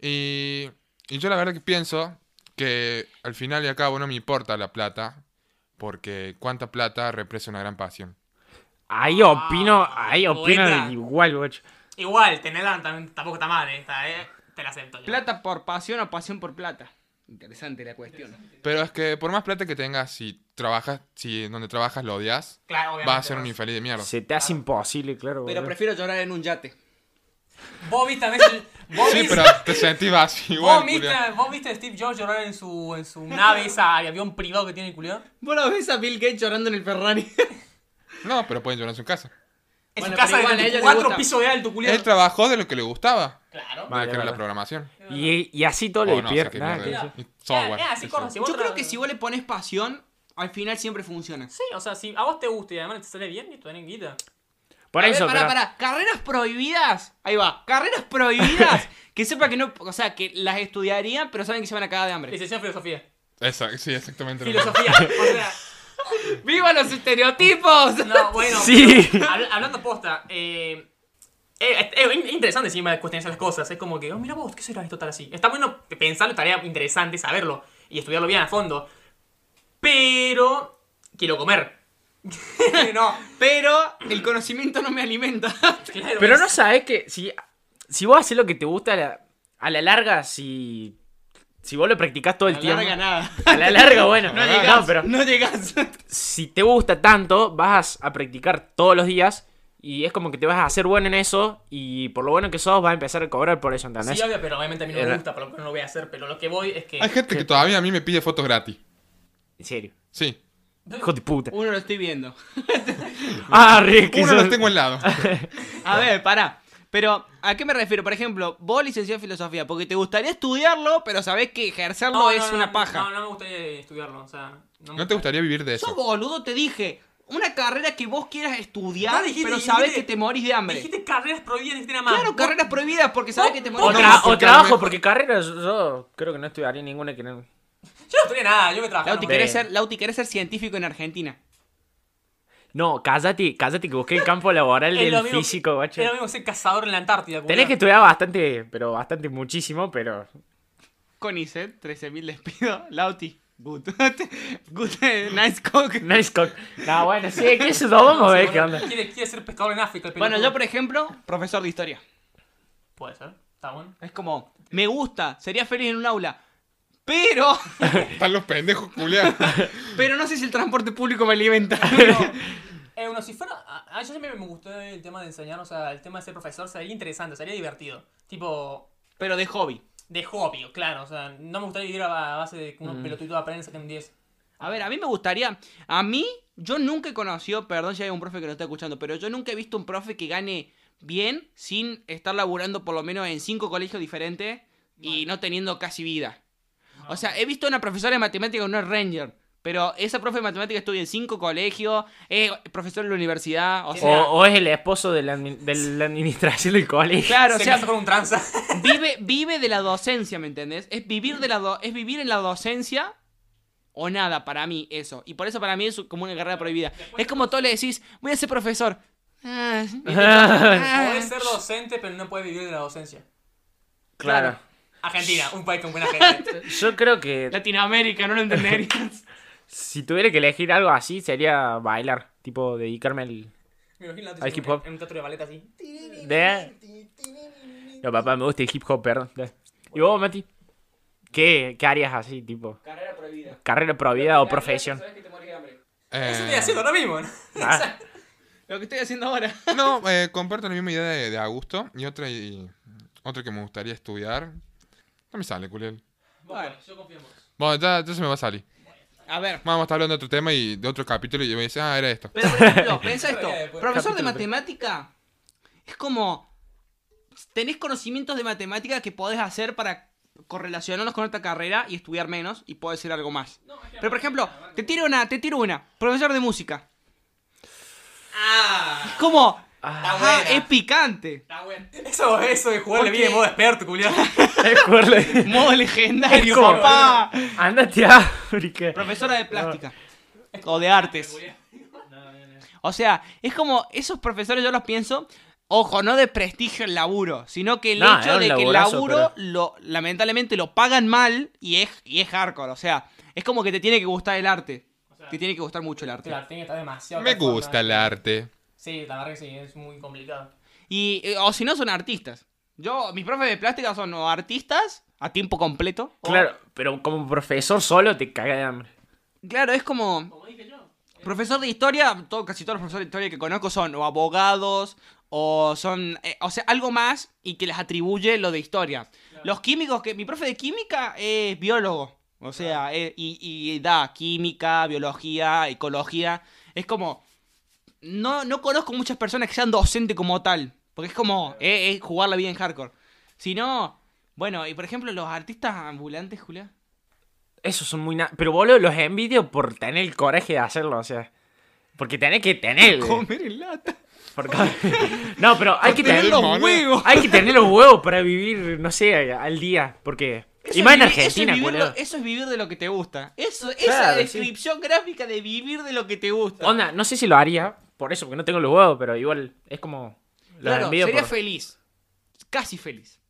Speaker 2: Y, y yo la verdad que pienso que al final y al cabo no me importa la plata porque cuánta plata represa una gran pasión.
Speaker 3: Ahí opino,
Speaker 4: Ah,
Speaker 3: ahí opino
Speaker 4: poeta.
Speaker 3: igual, guacho.
Speaker 4: Igual, tenerla tam- tampoco está mal, eh, está, eh, te la acepto. yo.
Speaker 1: Plata por pasión o pasión por plata. Interesante la cuestión.
Speaker 2: Pero es que por más plata que tengas, si trabajas, si donde trabajas lo odias,
Speaker 4: Claro, obviamente.
Speaker 2: vas a ser un
Speaker 4: vas.
Speaker 2: infeliz de mierda.
Speaker 3: Se te hace imposible, claro.
Speaker 1: Pero
Speaker 3: boludo.
Speaker 1: prefiero llorar en un yate.
Speaker 4: Vos viste a Messi- vos
Speaker 2: Sí,
Speaker 4: viste-
Speaker 2: pero te sentís vacío
Speaker 4: ¿Vos
Speaker 2: igual.
Speaker 4: viste,
Speaker 2: culiao.
Speaker 4: vos viste a Steve Jobs llorar en su, en su nave, esa avión privado que tiene el culión?
Speaker 1: ¿Vos lo ves a Bill Gates llorando en el Ferrari?
Speaker 2: No, pero pueden llorar en su casa.
Speaker 1: <laughs>
Speaker 4: En
Speaker 1: Bueno,
Speaker 4: su casa
Speaker 1: pero igual, a ella
Speaker 4: de
Speaker 1: le
Speaker 4: cuatro
Speaker 1: gusta.
Speaker 4: pisos de alto, culión.
Speaker 2: Él trabajó de lo que le gustaba.
Speaker 4: Claro.
Speaker 3: Vale,
Speaker 2: Nada que era la
Speaker 3: vale.
Speaker 2: programación.
Speaker 3: Y, y así todo lo
Speaker 2: O Oh, no, sé
Speaker 3: despierta.
Speaker 2: qué
Speaker 3: nada,
Speaker 2: mierda
Speaker 3: que-
Speaker 2: es.
Speaker 4: Claro,
Speaker 2: Software.
Speaker 4: es así,
Speaker 2: sí,
Speaker 4: corre,
Speaker 2: sí.
Speaker 4: si vos
Speaker 1: Yo
Speaker 4: tra-
Speaker 1: creo que si vos le pones pasión, al final siempre funciona.
Speaker 4: Sí, o sea, si a vos te gusta y además te sale bien, listo, tenés guita.
Speaker 3: Por
Speaker 1: A
Speaker 3: eso,
Speaker 1: ver, pará,
Speaker 3: pero-
Speaker 1: pará. Carreras prohibidas. Ahí va. Carreras <laughs> prohibidas. que sepa que no. O sea, que las estudiarían, pero saben que se van a cagar de hambre.
Speaker 4: Licenciado en filosofía.
Speaker 2: Exact- sí, exactamente. lo mismo.
Speaker 4: Filosofía. O sea,
Speaker 1: ¡Viva los estereotipos!
Speaker 4: no, bueno.
Speaker 3: Sí.
Speaker 4: pero habl- hablando posta, eh, eh, es, es interesante encima de cuestionarse las cosas. Es como que, oh, mira vos, ¿qué será esto tal así? Está bueno pensarlo, tarea interesante saberlo y estudiarlo bien a fondo. Pero quiero comer. no,
Speaker 1: Pero el conocimiento no me alimenta. <laughs>
Speaker 4: claro,
Speaker 3: Pero
Speaker 4: es-
Speaker 3: no sabes que si, si vos haces lo que te gusta a la, a la larga, si, si vos lo practicás todo el
Speaker 1: No
Speaker 3: tiempo.
Speaker 1: larga nada.
Speaker 3: A la larga, bueno.
Speaker 1: <laughs> No
Speaker 3: No,
Speaker 1: llegás. No,
Speaker 3: pero
Speaker 1: llegás. <laughs>
Speaker 3: si te gusta tanto, vas a practicar todos los días y es como que te vas a hacer bueno en eso y por lo bueno que sos vas a empezar a cobrar por eso, ¿entendés?
Speaker 4: Sí, obvio, pero obviamente a mí no me
Speaker 3: Era-
Speaker 4: gusta, por lo que no lo voy a hacer. Pero lo que voy es que.
Speaker 2: Hay gente que todavía a mí me pide fotos gratis.
Speaker 3: En serio.
Speaker 2: Sí.
Speaker 3: Hijo de puta.
Speaker 1: Uno lo estoy viendo.
Speaker 3: Ah, re, que
Speaker 2: Uno
Speaker 3: sos-
Speaker 2: los tengo al
Speaker 3: <laughs>
Speaker 2: lado.
Speaker 1: A ver, pará. Pero, ¿a qué me refiero? Por ejemplo, vos licenciado en filosofía, porque te gustaría estudiarlo, pero sabés que ejercerlo es una paja.
Speaker 4: No, no me gustaría estudiarlo, o sea. me
Speaker 2: ¿No te gustaría vivir de
Speaker 1: Sos
Speaker 2: eso?
Speaker 1: boludo, te dije. Una carrera que vos quieras estudiar,
Speaker 4: No, dijiste-
Speaker 1: pero sabés
Speaker 4: dijiste-
Speaker 1: que te morís de hambre.
Speaker 4: Dijiste carreras prohibidas, dijiste nada más.
Speaker 1: claro,
Speaker 4: Vos-
Speaker 1: carreras prohibidas porque sabés que te morís
Speaker 3: O,
Speaker 1: de
Speaker 3: tra-
Speaker 1: hambre.
Speaker 2: porque
Speaker 3: o
Speaker 2: a lo
Speaker 3: trabajo,
Speaker 2: mejor-
Speaker 3: porque carreras yo creo que no estudiaría ninguna que no.
Speaker 4: Yo no estudié nada, yo me trabajé.
Speaker 1: Lauti,
Speaker 4: nomás.
Speaker 1: querés
Speaker 3: Bien.
Speaker 1: ser, Lauti, querés ser científico en Argentina.
Speaker 3: No, cállate, cállate que busqué el campo laboral
Speaker 4: <laughs> Es lo
Speaker 3: del
Speaker 4: mismo que-
Speaker 3: físico, guacho.
Speaker 4: Es lo mismo que ser cazador en la Antártida.
Speaker 3: Tenés que estudiar
Speaker 4: culiao.
Speaker 3: bastante, pero bastante muchísimo, pero
Speaker 1: Conicet, 13.000 despido. Lauti, <laughs> good. good, eh, nice cook.
Speaker 3: Nice cock. No, bueno, sí, que eso lo vamos a ver eh, qué onda.
Speaker 4: Quiere, quiere ser pescador en África. el
Speaker 1: Bueno,
Speaker 4: pelotudo.
Speaker 1: yo, por ejemplo, profesor de historia.
Speaker 4: Puede ser, está
Speaker 1: <laughs>
Speaker 4: bueno.
Speaker 1: Es como, me gusta, sería feliz en un aula. Pero, <laughs>
Speaker 2: Están los pendejos,
Speaker 3: <laughs>
Speaker 2: culiados.
Speaker 1: pero no sé si el transporte público me alimenta.
Speaker 4: Eh, bueno, si fuera. A, a mí siempre me gustó el tema de enseñar, o sea, el tema de ser profesor sería interesante, sería divertido. Tipo,
Speaker 1: pero de hobby.
Speaker 4: de hobby, claro, o sea, no me gustaría vivir a ba- a base de que unos
Speaker 3: Mm.
Speaker 4: pelotudos aprendan sacar un 10.
Speaker 1: A ver, a mí me gustaría. A mí, yo nunca he conocido. Perdón si hay un profe que lo está escuchando, pero yo nunca he visto un profe que gane bien sin estar laburando por lo menos en cinco colegios diferentes y no teniendo casi vida. O sea, he visto una profesora de matemáticas, una Ranger. Pero esa profe de matemáticas estudia en cinco colegios, es profesor en la universidad. O
Speaker 3: O,
Speaker 1: sea,
Speaker 3: o es el esposo de la, admi- de la administración del colegio.
Speaker 1: claro, o
Speaker 4: Se
Speaker 1: sea,
Speaker 4: casa con
Speaker 1: <laughs>
Speaker 4: un tranza.
Speaker 1: vive, vive de la docencia, ¿me entendés? Es vivir, de la do- es vivir en la docencia o nada, para mí, eso. Y por eso para mí es como una carrera prohibida. Es como tú le decís, voy a ser profesor. Ah, <laughs>
Speaker 3: <laughs>
Speaker 4: Podés ser docente, pero no puedes vivir de la docencia.
Speaker 3: Claro.
Speaker 4: Argentina, un país con
Speaker 1: <laughs>
Speaker 4: buena gente.
Speaker 3: Yo creo que
Speaker 1: Latinoamérica, no lo entenderías.
Speaker 3: si tuviera que elegir algo así sería bailar, tipo dedicarme al...
Speaker 4: Me imagino
Speaker 3: Al
Speaker 4: antes
Speaker 3: hip
Speaker 4: en,
Speaker 3: hop.
Speaker 4: en un teatro de ballet así.
Speaker 3: De... No, papá, me gusta el hip hop, perdón. ¿Y vos, Mati? ¿Qué, qué harías así, tipo?
Speaker 1: Carrera prohibida.
Speaker 3: Carrera pro vida o profesión.
Speaker 1: Sabes que te morís de hambre.
Speaker 4: Eso
Speaker 2: Eh,
Speaker 4: estoy haciendo ahora mismo, ¿no?
Speaker 3: Ah,
Speaker 1: Lo que estoy haciendo ahora.
Speaker 2: No, eh, comparto la misma idea de, de Augusto y otra y, otra que me gustaría estudiar. No me sale, Culel.
Speaker 1: Bueno,
Speaker 4: yo confío en vos.
Speaker 2: Bueno, ya, ya se me va a salir.
Speaker 1: A ver.
Speaker 2: Vamos a estar hablando de otro tema y de otro capítulo y yo voy a decir, ah, era esto.
Speaker 1: Pero, por
Speaker 3: <laughs>
Speaker 1: ejemplo, piensa esto.
Speaker 4: Todavía después.
Speaker 1: Profesor de
Speaker 3: pues, Capítulo tres.
Speaker 1: matemática es como... Tenés conocimientos de matemática que podés hacer para correlacionarlos con otra carrera y estudiar menos y podés hacer algo más. Pero, por ejemplo, te tiro una, te tiro una. Profesor de música.
Speaker 4: Ah,
Speaker 1: Es como...
Speaker 3: Ah.
Speaker 1: ajá,
Speaker 4: buena.
Speaker 1: es picante.
Speaker 4: está bueno. Eso, eso de jugarle
Speaker 1: Porque-
Speaker 4: bien de modo experto, culiado.
Speaker 3: <laughs> es jugarle-
Speaker 1: Modo legendario,
Speaker 3: Es como-
Speaker 1: papá.
Speaker 3: Ándate a África.
Speaker 1: Profesora de plástica. O de artes. O sea, es como esos profesores yo los pienso, ojo, no de prestigio el laburo, sino que el
Speaker 3: No, era
Speaker 1: hecho
Speaker 3: un
Speaker 1: de que el
Speaker 3: laburazo,
Speaker 1: laburo lo, lamentablemente lo pagan mal y es, y es hardcore. O sea, es como que te tiene que gustar el arte. te tiene que gustar mucho el arte.
Speaker 4: <laughs> Claro, tiene que estar demasiado.
Speaker 2: Me gusta el arte.
Speaker 4: Sí, la verdad que sí, es muy complicado.
Speaker 1: Y, eh, o si no, son artistas. Yo, mis profes de plástica son o artistas a tiempo completo. o-
Speaker 3: Claro, pero como profesor solo te caga de hambre.
Speaker 1: Claro, es como... Profesor de historia, todo, casi todos los profesores de historia que conozco son o abogados o son, eh, o sea, algo más y que les atribuye lo de historia. Los químicos, que mi profe de química es biólogo, o sea, eh, y, y da química, biología, ecología. Es como, no, no conozco muchas personas que sean docente como tal, porque es como eh, eh, jugarla bien hardcore. Si no, bueno, y por ejemplo los artistas ambulantes, Julia.
Speaker 3: Esos son muy... na- Pero boludo, los envidio por tener el coraje de hacerlo, o sea... Porque tenés
Speaker 1: <laughs>
Speaker 3: que tener...
Speaker 1: Comer en lata.
Speaker 3: Porque- <laughs> No, pero hay que
Speaker 1: Tener
Speaker 3: tener
Speaker 2: tener
Speaker 1: los
Speaker 2: mono.
Speaker 1: huevos.
Speaker 3: Hay que tener los huevos para vivir, no sé, al día. Porque.
Speaker 1: Eso
Speaker 3: y más
Speaker 1: es vivi-
Speaker 3: en Argentina,
Speaker 1: eso es, vivir
Speaker 3: boludo.
Speaker 1: lo- eso es vivir de lo que te gusta. Eso, esa
Speaker 3: Claro,
Speaker 1: descripción gráfica de vivir de lo que te gusta.
Speaker 3: Onda, no sé si lo haría. Por eso, porque no tengo los huevos, pero igual es como. Los
Speaker 1: claro,
Speaker 3: envidio
Speaker 1: sería
Speaker 3: por-
Speaker 1: feliz. Casi feliz.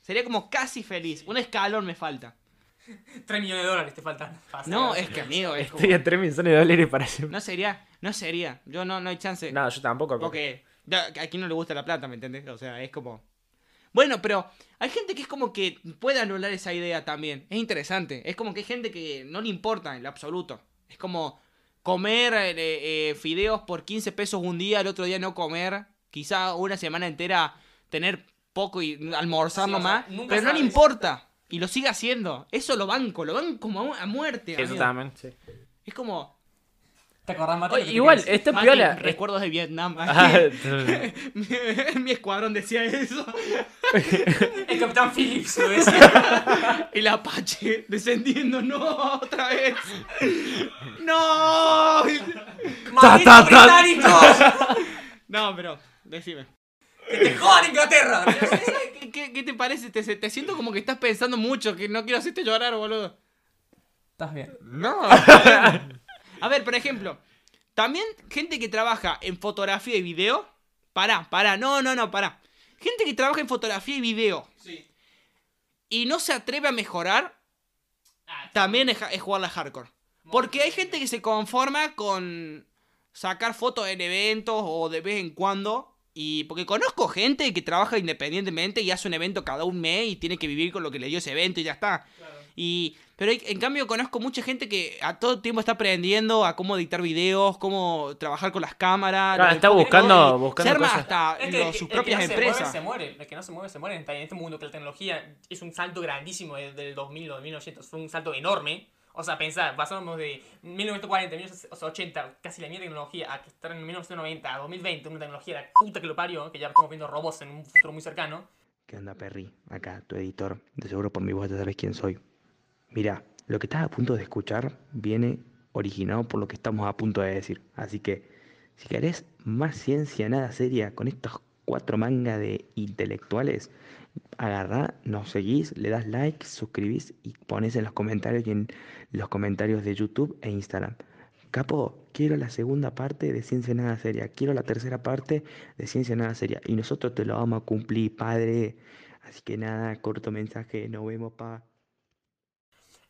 Speaker 1: Sería como casi feliz. Un escalón me falta.
Speaker 4: 3 millones de dólares te faltan. Fácil.
Speaker 1: No, es que amigo, es como-
Speaker 3: Estoy a 3 millones de dólares para siempre.
Speaker 1: no sería, no sería. Yo no, no hay chance.
Speaker 3: No, yo tampoco.
Speaker 1: Porque ya, a quien no le gusta la plata, ¿me entendés? O sea, es como. Bueno, pero hay gente que es como que puede anular esa idea también. Es interesante. Es como que hay gente que no le importa en lo absoluto. Es como comer eh, eh, fideos por 15 pesos un día, el otro día no comer. Quizá una semana entera tener poco y almorzar
Speaker 4: Sí, o sea,
Speaker 1: nomás.
Speaker 4: nunca
Speaker 1: pero no le
Speaker 4: sabes.
Speaker 1: importa. Y lo sigue haciendo. Eso lo banco, lo banco como a, mu- a muerte.
Speaker 3: Eso
Speaker 1: amigo.
Speaker 3: también, sí.
Speaker 1: Es como.
Speaker 4: ¿Te acordás, Mati?
Speaker 3: Oye, igual,
Speaker 4: es...
Speaker 3: este
Speaker 1: Mati,
Speaker 3: piola.
Speaker 1: Recuerdos de
Speaker 4: <laughs>
Speaker 1: Vietnam. <laughs>
Speaker 3: Ah, <laughs>
Speaker 1: mi, <laughs> mi escuadrón decía eso.
Speaker 4: El Capitán
Speaker 3: <laughs>
Speaker 4: Phillips lo decía.
Speaker 1: El Apache descendiendo, no, otra vez. No.
Speaker 3: ta,
Speaker 4: ¡Malditos
Speaker 3: ta.
Speaker 4: británicos!
Speaker 1: No, pero decime.
Speaker 4: ¡Que te jodan Inglaterra!
Speaker 1: ¿Qué, qué- qué te parece? Te, te siento como que estás pensando mucho, que no quiero hacerte llorar, boludo.
Speaker 4: Estás bien. <laughs>
Speaker 2: No.
Speaker 1: A ver, por ejemplo, también gente que trabaja en fotografía y video. Pará, pará, no, no, no, pará. Gente que trabaja en fotografía y video
Speaker 4: Sí.
Speaker 1: y no se atreve a mejorar, también es, ja- es jugarla hardcore. Porque hay gente que se conforma con sacar fotos en eventos o de vez en cuando. Y porque conozco gente que trabaja independientemente y hace un evento cada un mes y tiene que vivir con lo que le dio ese evento y ya está. Y, pero hay- en cambio conozco mucha gente que a todo tiempo está aprendiendo a cómo editar videos, cómo trabajar con las cámaras.
Speaker 3: Claro,
Speaker 1: los
Speaker 3: está
Speaker 1: enfoques,
Speaker 3: buscando-
Speaker 1: todo, y
Speaker 3: buscando
Speaker 1: Se arma
Speaker 3: cosas.
Speaker 1: hasta los-
Speaker 4: Es que el que-
Speaker 1: Ah, sus
Speaker 4: el que
Speaker 1: propias
Speaker 4: no se mueve,
Speaker 1: empresas.
Speaker 4: se muere. El que no se mueve, se muere. En este mundo que la tecnología es un salto grandísimo desde el 2000 o 1900. Fue un salto enorme. O sea, pensar, pasamos de 1940, 1980, casi la misma tecnología, a que estar en 1990, a 2020, una tecnología, la puta que lo parió, que ya estamos viendo robots en un futuro muy cercano.
Speaker 7: ¿Qué onda, Perry? Acá, tu editor. De seguro por mi voz ya sabes quién soy. Mirá, lo que estás a punto de escuchar viene originado por lo que estamos a punto de decir. Así que, si querés más ciencia nada seria con estos cuatro mangas de intelectuales, agarrá, nos seguís, le das like, suscribís y pones en los comentarios y en los comentarios de YouTube e Instagram. Capo, quiero la segunda parte de Ciencia Nada Seria, quiero la tercera parte de Ciencia Nada Seria. Y nosotros te lo vamos a cumplir, padre. Así que nada, corto mensaje, nos vemos, pa.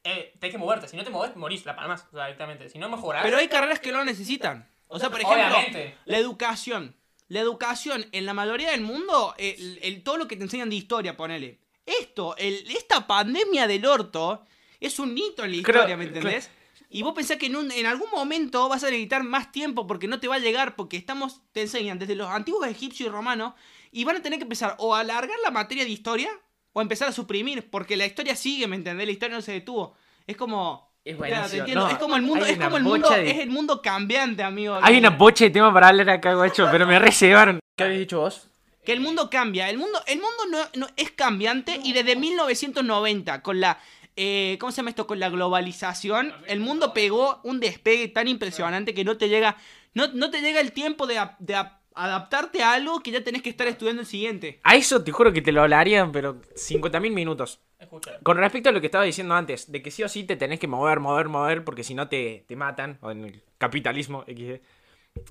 Speaker 4: Eh, tenés que moverte. Si no te mueves, morís, la palmas, o sea, directamente. Si no mejoras,
Speaker 1: Pero hay carreras que lo necesitan. O sea, por ejemplo,
Speaker 4: Obviamente.
Speaker 1: la educación. La educación en la mayoría del mundo, el, el- todo lo que te enseñan de historia, ponele, Esto, el- esta pandemia del orto es un hito en la
Speaker 3: Creo-
Speaker 1: historia, ¿me entendés? Y vos pensás que en, un- en algún momento vas a necesitar más tiempo porque no te va a llegar, porque estamos, te enseñan desde los antiguos egipcios y romanos, y van a tener que empezar o a alargar la materia de historia o a empezar a suprimir, porque la historia sigue, ¿me entendés? La historia no se detuvo. Es como...
Speaker 8: Es
Speaker 1: Claro, te
Speaker 8: buenísimo.
Speaker 1: entiendo.
Speaker 8: No,
Speaker 1: es como el mundo,
Speaker 8: hay
Speaker 1: es
Speaker 8: una
Speaker 1: como el mundo,
Speaker 8: bocha de-
Speaker 1: es el mundo cambiante, amigo.
Speaker 3: Hay una bocha de tema para hablar acá, guacho, pero me reservaron.
Speaker 8: ¿Qué habéis dicho vos?
Speaker 1: Que el mundo cambia. El mundo, el mundo no, no- es cambiante y desde 1990, con la. eh, ¿Cómo se llama esto? Con la globalización, el mundo pegó un despegue tan impresionante que no te llega. No, no te llega el tiempo de, a- de a- adaptarte a algo que ya tenés que estar estudiando el siguiente.
Speaker 3: A eso te juro que te lo hablarían, pero 50.000 minutos.
Speaker 4: Escucha.
Speaker 3: Con respecto a lo que estaba diciendo antes, de que sí o sí te tenés que mover, mover, mover, porque si no te, te matan, o en el capitalismo, XD.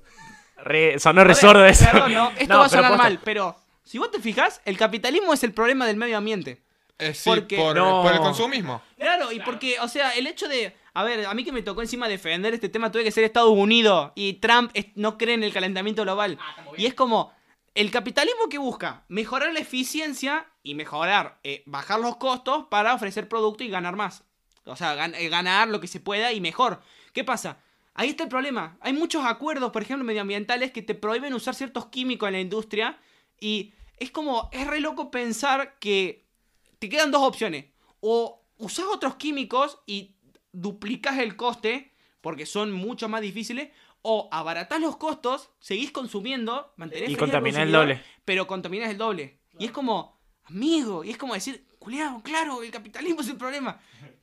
Speaker 3: Re, sonó
Speaker 1: A ver,
Speaker 3: resordo eso.
Speaker 1: Perdón, no, esto
Speaker 3: No,
Speaker 1: va a
Speaker 3: pero
Speaker 1: sonar
Speaker 3: posta.
Speaker 1: mal, pero si vos te fijas, el capitalismo es el problema del medio ambiente.
Speaker 2: Eh, sí,
Speaker 1: Porque-
Speaker 2: por,
Speaker 3: No.
Speaker 2: por el consumismo.
Speaker 1: Claro, y porque, o sea, el hecho de. A ver, a mí que me tocó encima defender este tema, tuve que ser Estados Unidos y Trump es- no cree en el calentamiento global. y es como. El capitalismo que busca mejorar la eficiencia y mejorar, eh, bajar los costos para ofrecer producto y ganar más. O sea, gan- eh, ganar lo que se pueda y mejor. ¿Qué pasa? Ahí está el problema. Hay muchos acuerdos, por ejemplo, medioambientales que te prohíben usar ciertos químicos en la industria y es como, es re loco pensar que te quedan dos opciones. O usas otros químicos y duplicas el coste, porque son mucho más difíciles, o abaratás los costos, seguís consumiendo, mantenés...
Speaker 3: Y
Speaker 1: feliz al
Speaker 3: contaminás el
Speaker 1: consumidor,
Speaker 3: doble.
Speaker 1: Pero contaminas el doble. Y es como, amigo, y es como decir, culiao, claro, el capitalismo es el problema.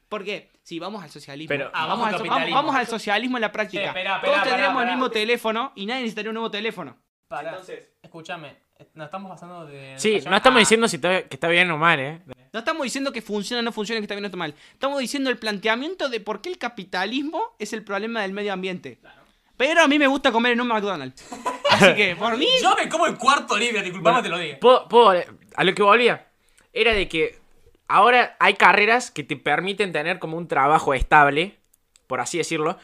Speaker 1: Porque si vamos al socialismo,
Speaker 3: Pero-
Speaker 1: Ah,
Speaker 8: Abajo
Speaker 1: vamos, al so-
Speaker 8: capitalismo.
Speaker 1: vamos- vamos al socialismo en la práctica.
Speaker 4: Eh, esperá, esperá,
Speaker 1: Todos
Speaker 4: pará,
Speaker 1: tendríamos
Speaker 4: pará.
Speaker 1: el mismo teléfono y nadie necesitaría un nuevo teléfono.
Speaker 4: Pará. Escúchame. eh, Nos estamos pasando de. Ah.
Speaker 3: Sí,
Speaker 4: educación
Speaker 3: no estamos
Speaker 4: a-
Speaker 3: diciendo si está- que está bien o mal, ¿eh?
Speaker 1: No estamos diciendo que funciona o no funciona, que está bien o está mal. Estamos diciendo el planteamiento de por qué el capitalismo es el problema del medio ambiente. Pero a mí me gusta comer en un <laughs> McDonald's. Así que, por mí,
Speaker 4: Yo me como el cuarto libre, disculpame, te lo digo.
Speaker 3: Puedo- puedo- a lo que volvía era de que ahora hay carreras que te permiten tener como un trabajo estable, por así decirlo,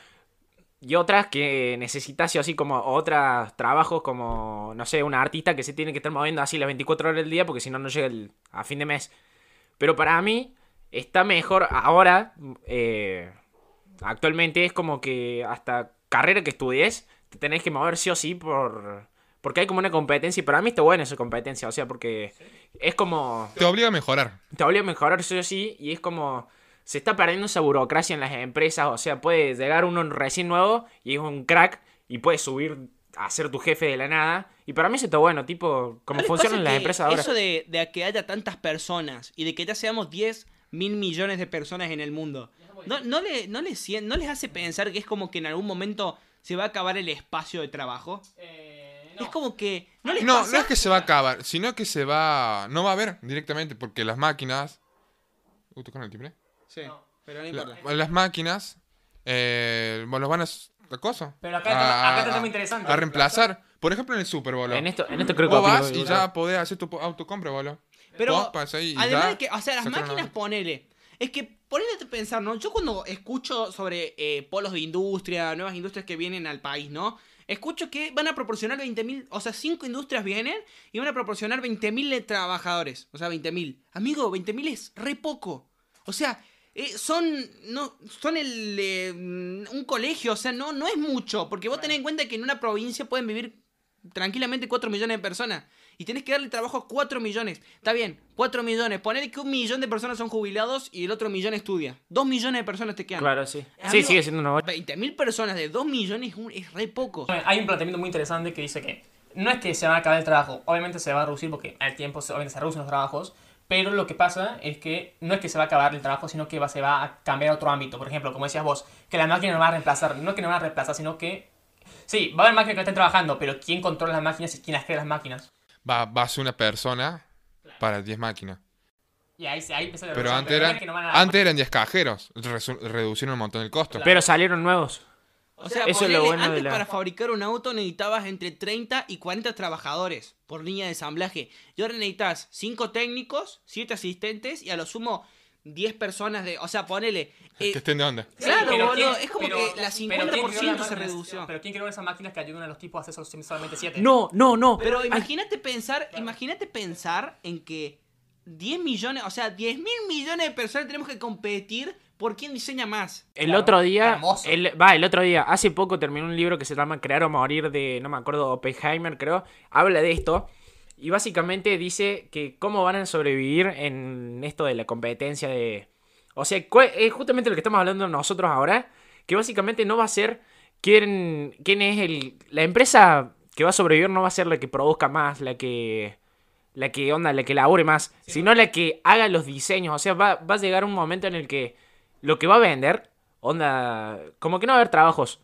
Speaker 3: y otras que necesitas sí o sí como otros trabajos como, no sé, una artista que se tiene que estar moviendo así las 24 horas del día porque si no, no llega el- a fin de mes. Pero para mí está mejor ahora, eh, actualmente es como que hasta carrera que estudies, te tenés que mover sí o sí por... Porque hay como una competencia y para mí está buena esa competencia, o sea, porque es como
Speaker 2: Te obliga a mejorar.
Speaker 3: te obliga a mejorar sí o sí y es como se está perdiendo esa burocracia en las empresas, o sea, puede llegar uno recién nuevo y es un crack y puede subir a ser tu jefe de la nada y para mí eso está bueno, tipo, como
Speaker 1: ¿No les
Speaker 3: funcionan
Speaker 1: pasa
Speaker 3: las
Speaker 1: que
Speaker 3: empresas ahora.
Speaker 1: Eso de, de que haya tantas personas y de que ya seamos 10 mil millones de personas en el mundo, ¿no, no, le, no, les, sien- ¿no les hace pensar que es como que en algún momento se va a acabar el espacio de trabajo?
Speaker 4: Eh,
Speaker 1: Es como que... ¿No les
Speaker 2: No,
Speaker 1: pasa?
Speaker 2: no es que se va a acabar, sino que se va. No va a haber directamente, porque las máquinas. Uh, ¿tocaron el timbre?
Speaker 1: Sí, pero no
Speaker 2: La-
Speaker 1: importa.
Speaker 2: las máquinas. Eh, bueno, los van a. s- ¿A cosa?
Speaker 4: Pero acá está-
Speaker 2: A-
Speaker 4: acá está
Speaker 2: a-
Speaker 4: tema interesante.
Speaker 2: A reemplazar. Por ejemplo, en el Super Bowl.
Speaker 3: En esto, en esto creo que
Speaker 2: Vos
Speaker 3: opino,
Speaker 2: vas y
Speaker 3: boludo.
Speaker 2: ya podés hacer tu po- autocompra, boludo. Vos
Speaker 1: Pero
Speaker 2: vas ahí y
Speaker 1: además
Speaker 2: ya
Speaker 1: de que, o sea, las
Speaker 2: sacaron
Speaker 1: máquinas,
Speaker 2: la-
Speaker 1: ponele. Es que ponele a pensar, ¿no? Yo cuando escucho sobre eh, polos de industria, nuevas industrias que vienen al país, ¿no? Escucho que van a proporcionar 20.000, o sea, cinco industrias vienen y van a proporcionar 20.000 de trabajadores, o sea, 20.000. Amigo, 20.000 es re poco. O sea, eh, son no son el eh, un colegio, o sea, no no es mucho, porque vos tenés en cuenta que en una provincia pueden vivir tranquilamente 4 millones de personas. Y tenés que darle trabajo a 4 millones. Está bien, 4 millones. Poner que un millón de personas son jubilados y el otro millón estudia. 2 millones de personas te quedan.
Speaker 3: Claro, sí. Sí,
Speaker 1: Amigo,
Speaker 3: sigue siendo una bocha.
Speaker 1: 20.000 personas de 2 millones es un- es re poco.
Speaker 4: Hay un planteamiento muy interesante que dice que no es que se va a acabar el trabajo, obviamente se va a reducir porque al tiempo se, obviamente se reducen los trabajos, pero lo que pasa es que no es que se va a acabar el trabajo, sino que va, se va a cambiar a otro ámbito. Por ejemplo, como decías vos, que las máquinas no van a reemplazar, no es que no van a reemplazar, sino que... Sí, va a haber máquinas que estén trabajando, pero ¿quién controla las máquinas y quién las crea las máquinas?
Speaker 2: Va, va a ser una persona para 10 máquinas.
Speaker 4: Y ahí, se- ahí empieza la
Speaker 2: Pero
Speaker 4: revolución,
Speaker 2: antes
Speaker 4: no
Speaker 2: eran,
Speaker 4: es que no van a-
Speaker 2: antes eran 10 cajeros. Resu- Reducieron un montón el costo.
Speaker 3: Pero salieron nuevos.
Speaker 1: O sea,
Speaker 3: Eso es
Speaker 1: ponele,
Speaker 3: lo bueno de
Speaker 1: antes
Speaker 3: la-
Speaker 1: para fabricar un auto necesitabas entre 30 y 40 trabajadores por línea de ensamblaje. Y ahora necesitas 5 técnicos, 7 asistentes y a lo sumo 10 personas de... O sea, ponele... eh,
Speaker 2: que estén de onda.
Speaker 4: Sí,
Speaker 1: claro,
Speaker 4: pero
Speaker 1: boludo,
Speaker 4: ¿quién-
Speaker 1: es como
Speaker 4: pero-
Speaker 1: que la
Speaker 4: pero ¿quién creó las
Speaker 1: 50% se
Speaker 4: máquinas?
Speaker 1: redució.
Speaker 4: Pero ¿quién creó esas máquinas que ayudan a los tipos a hacer sol- solamente 7?
Speaker 3: No, no, no.
Speaker 1: Pero imagínate pensar, imagínate pensar en que 10 millones, o sea, 10 mil millones de personas tenemos que competir por quién diseña más.
Speaker 3: El
Speaker 4: Claro,
Speaker 3: otro día,
Speaker 4: hermoso.
Speaker 3: el- va, el otro día, hace poco terminó un libro que se llama Crear o Morir de, no me acuerdo, Oppenheimer creo, habla de esto y básicamente dice que cómo van a sobrevivir en esto de la competencia de... O sea, cua- es justamente lo que estamos hablando nosotros ahora, que básicamente no va a ser quién, quién es el... La empresa que va a sobrevivir no va a ser la que produzca más, la que... La que onda, la que labure más, sino la que haga los diseños. O sea, va, va a llegar un momento en el que lo que va a vender, onda, como que no va a haber trabajos.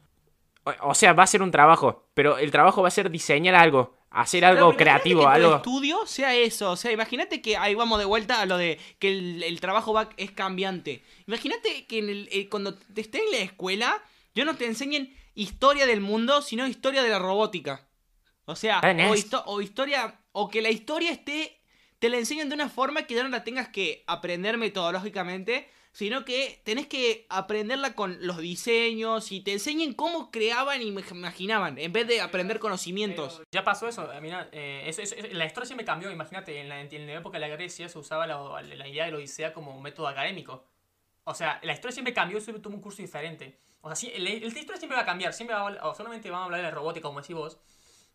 Speaker 3: O, o sea, va a ser un trabajo, pero el trabajo va a ser diseñar algo, hacer
Speaker 1: Pero
Speaker 3: algo
Speaker 1: imagínate que
Speaker 3: creativo,
Speaker 1: tu
Speaker 3: algo.
Speaker 1: estudio sea eso, o sea, imagínate que ahí vamos de vuelta a lo de que el, el trabajo va, es cambiante. Imagínate que en el- eh, cuando te estés en la escuela, yo no te enseñen historia del mundo, sino historia de la robótica. O sea,
Speaker 3: Ah, nice.
Speaker 1: o, histo- o historia, o que la historia esté, te la enseñan de una forma que ya no la tengas que aprender metodológicamente, sino que tenés que aprenderla con los diseños y te enseñen cómo creaban y me- imaginaban, en vez de aprender conocimientos.
Speaker 4: Ya pasó eso, eh, mirá, eh, eso- eso- eso- la historia siempre cambió, imagínate, en la, en la época de la Grecia se usaba la, la idea de la Odisea como un método académico. O sea, la historia siempre cambió, siempre tuvo un curso diferente. O sea, sí, la, la historia siempre va a cambiar, siempre va a, o solamente van a hablar de la robótica, como decís vos,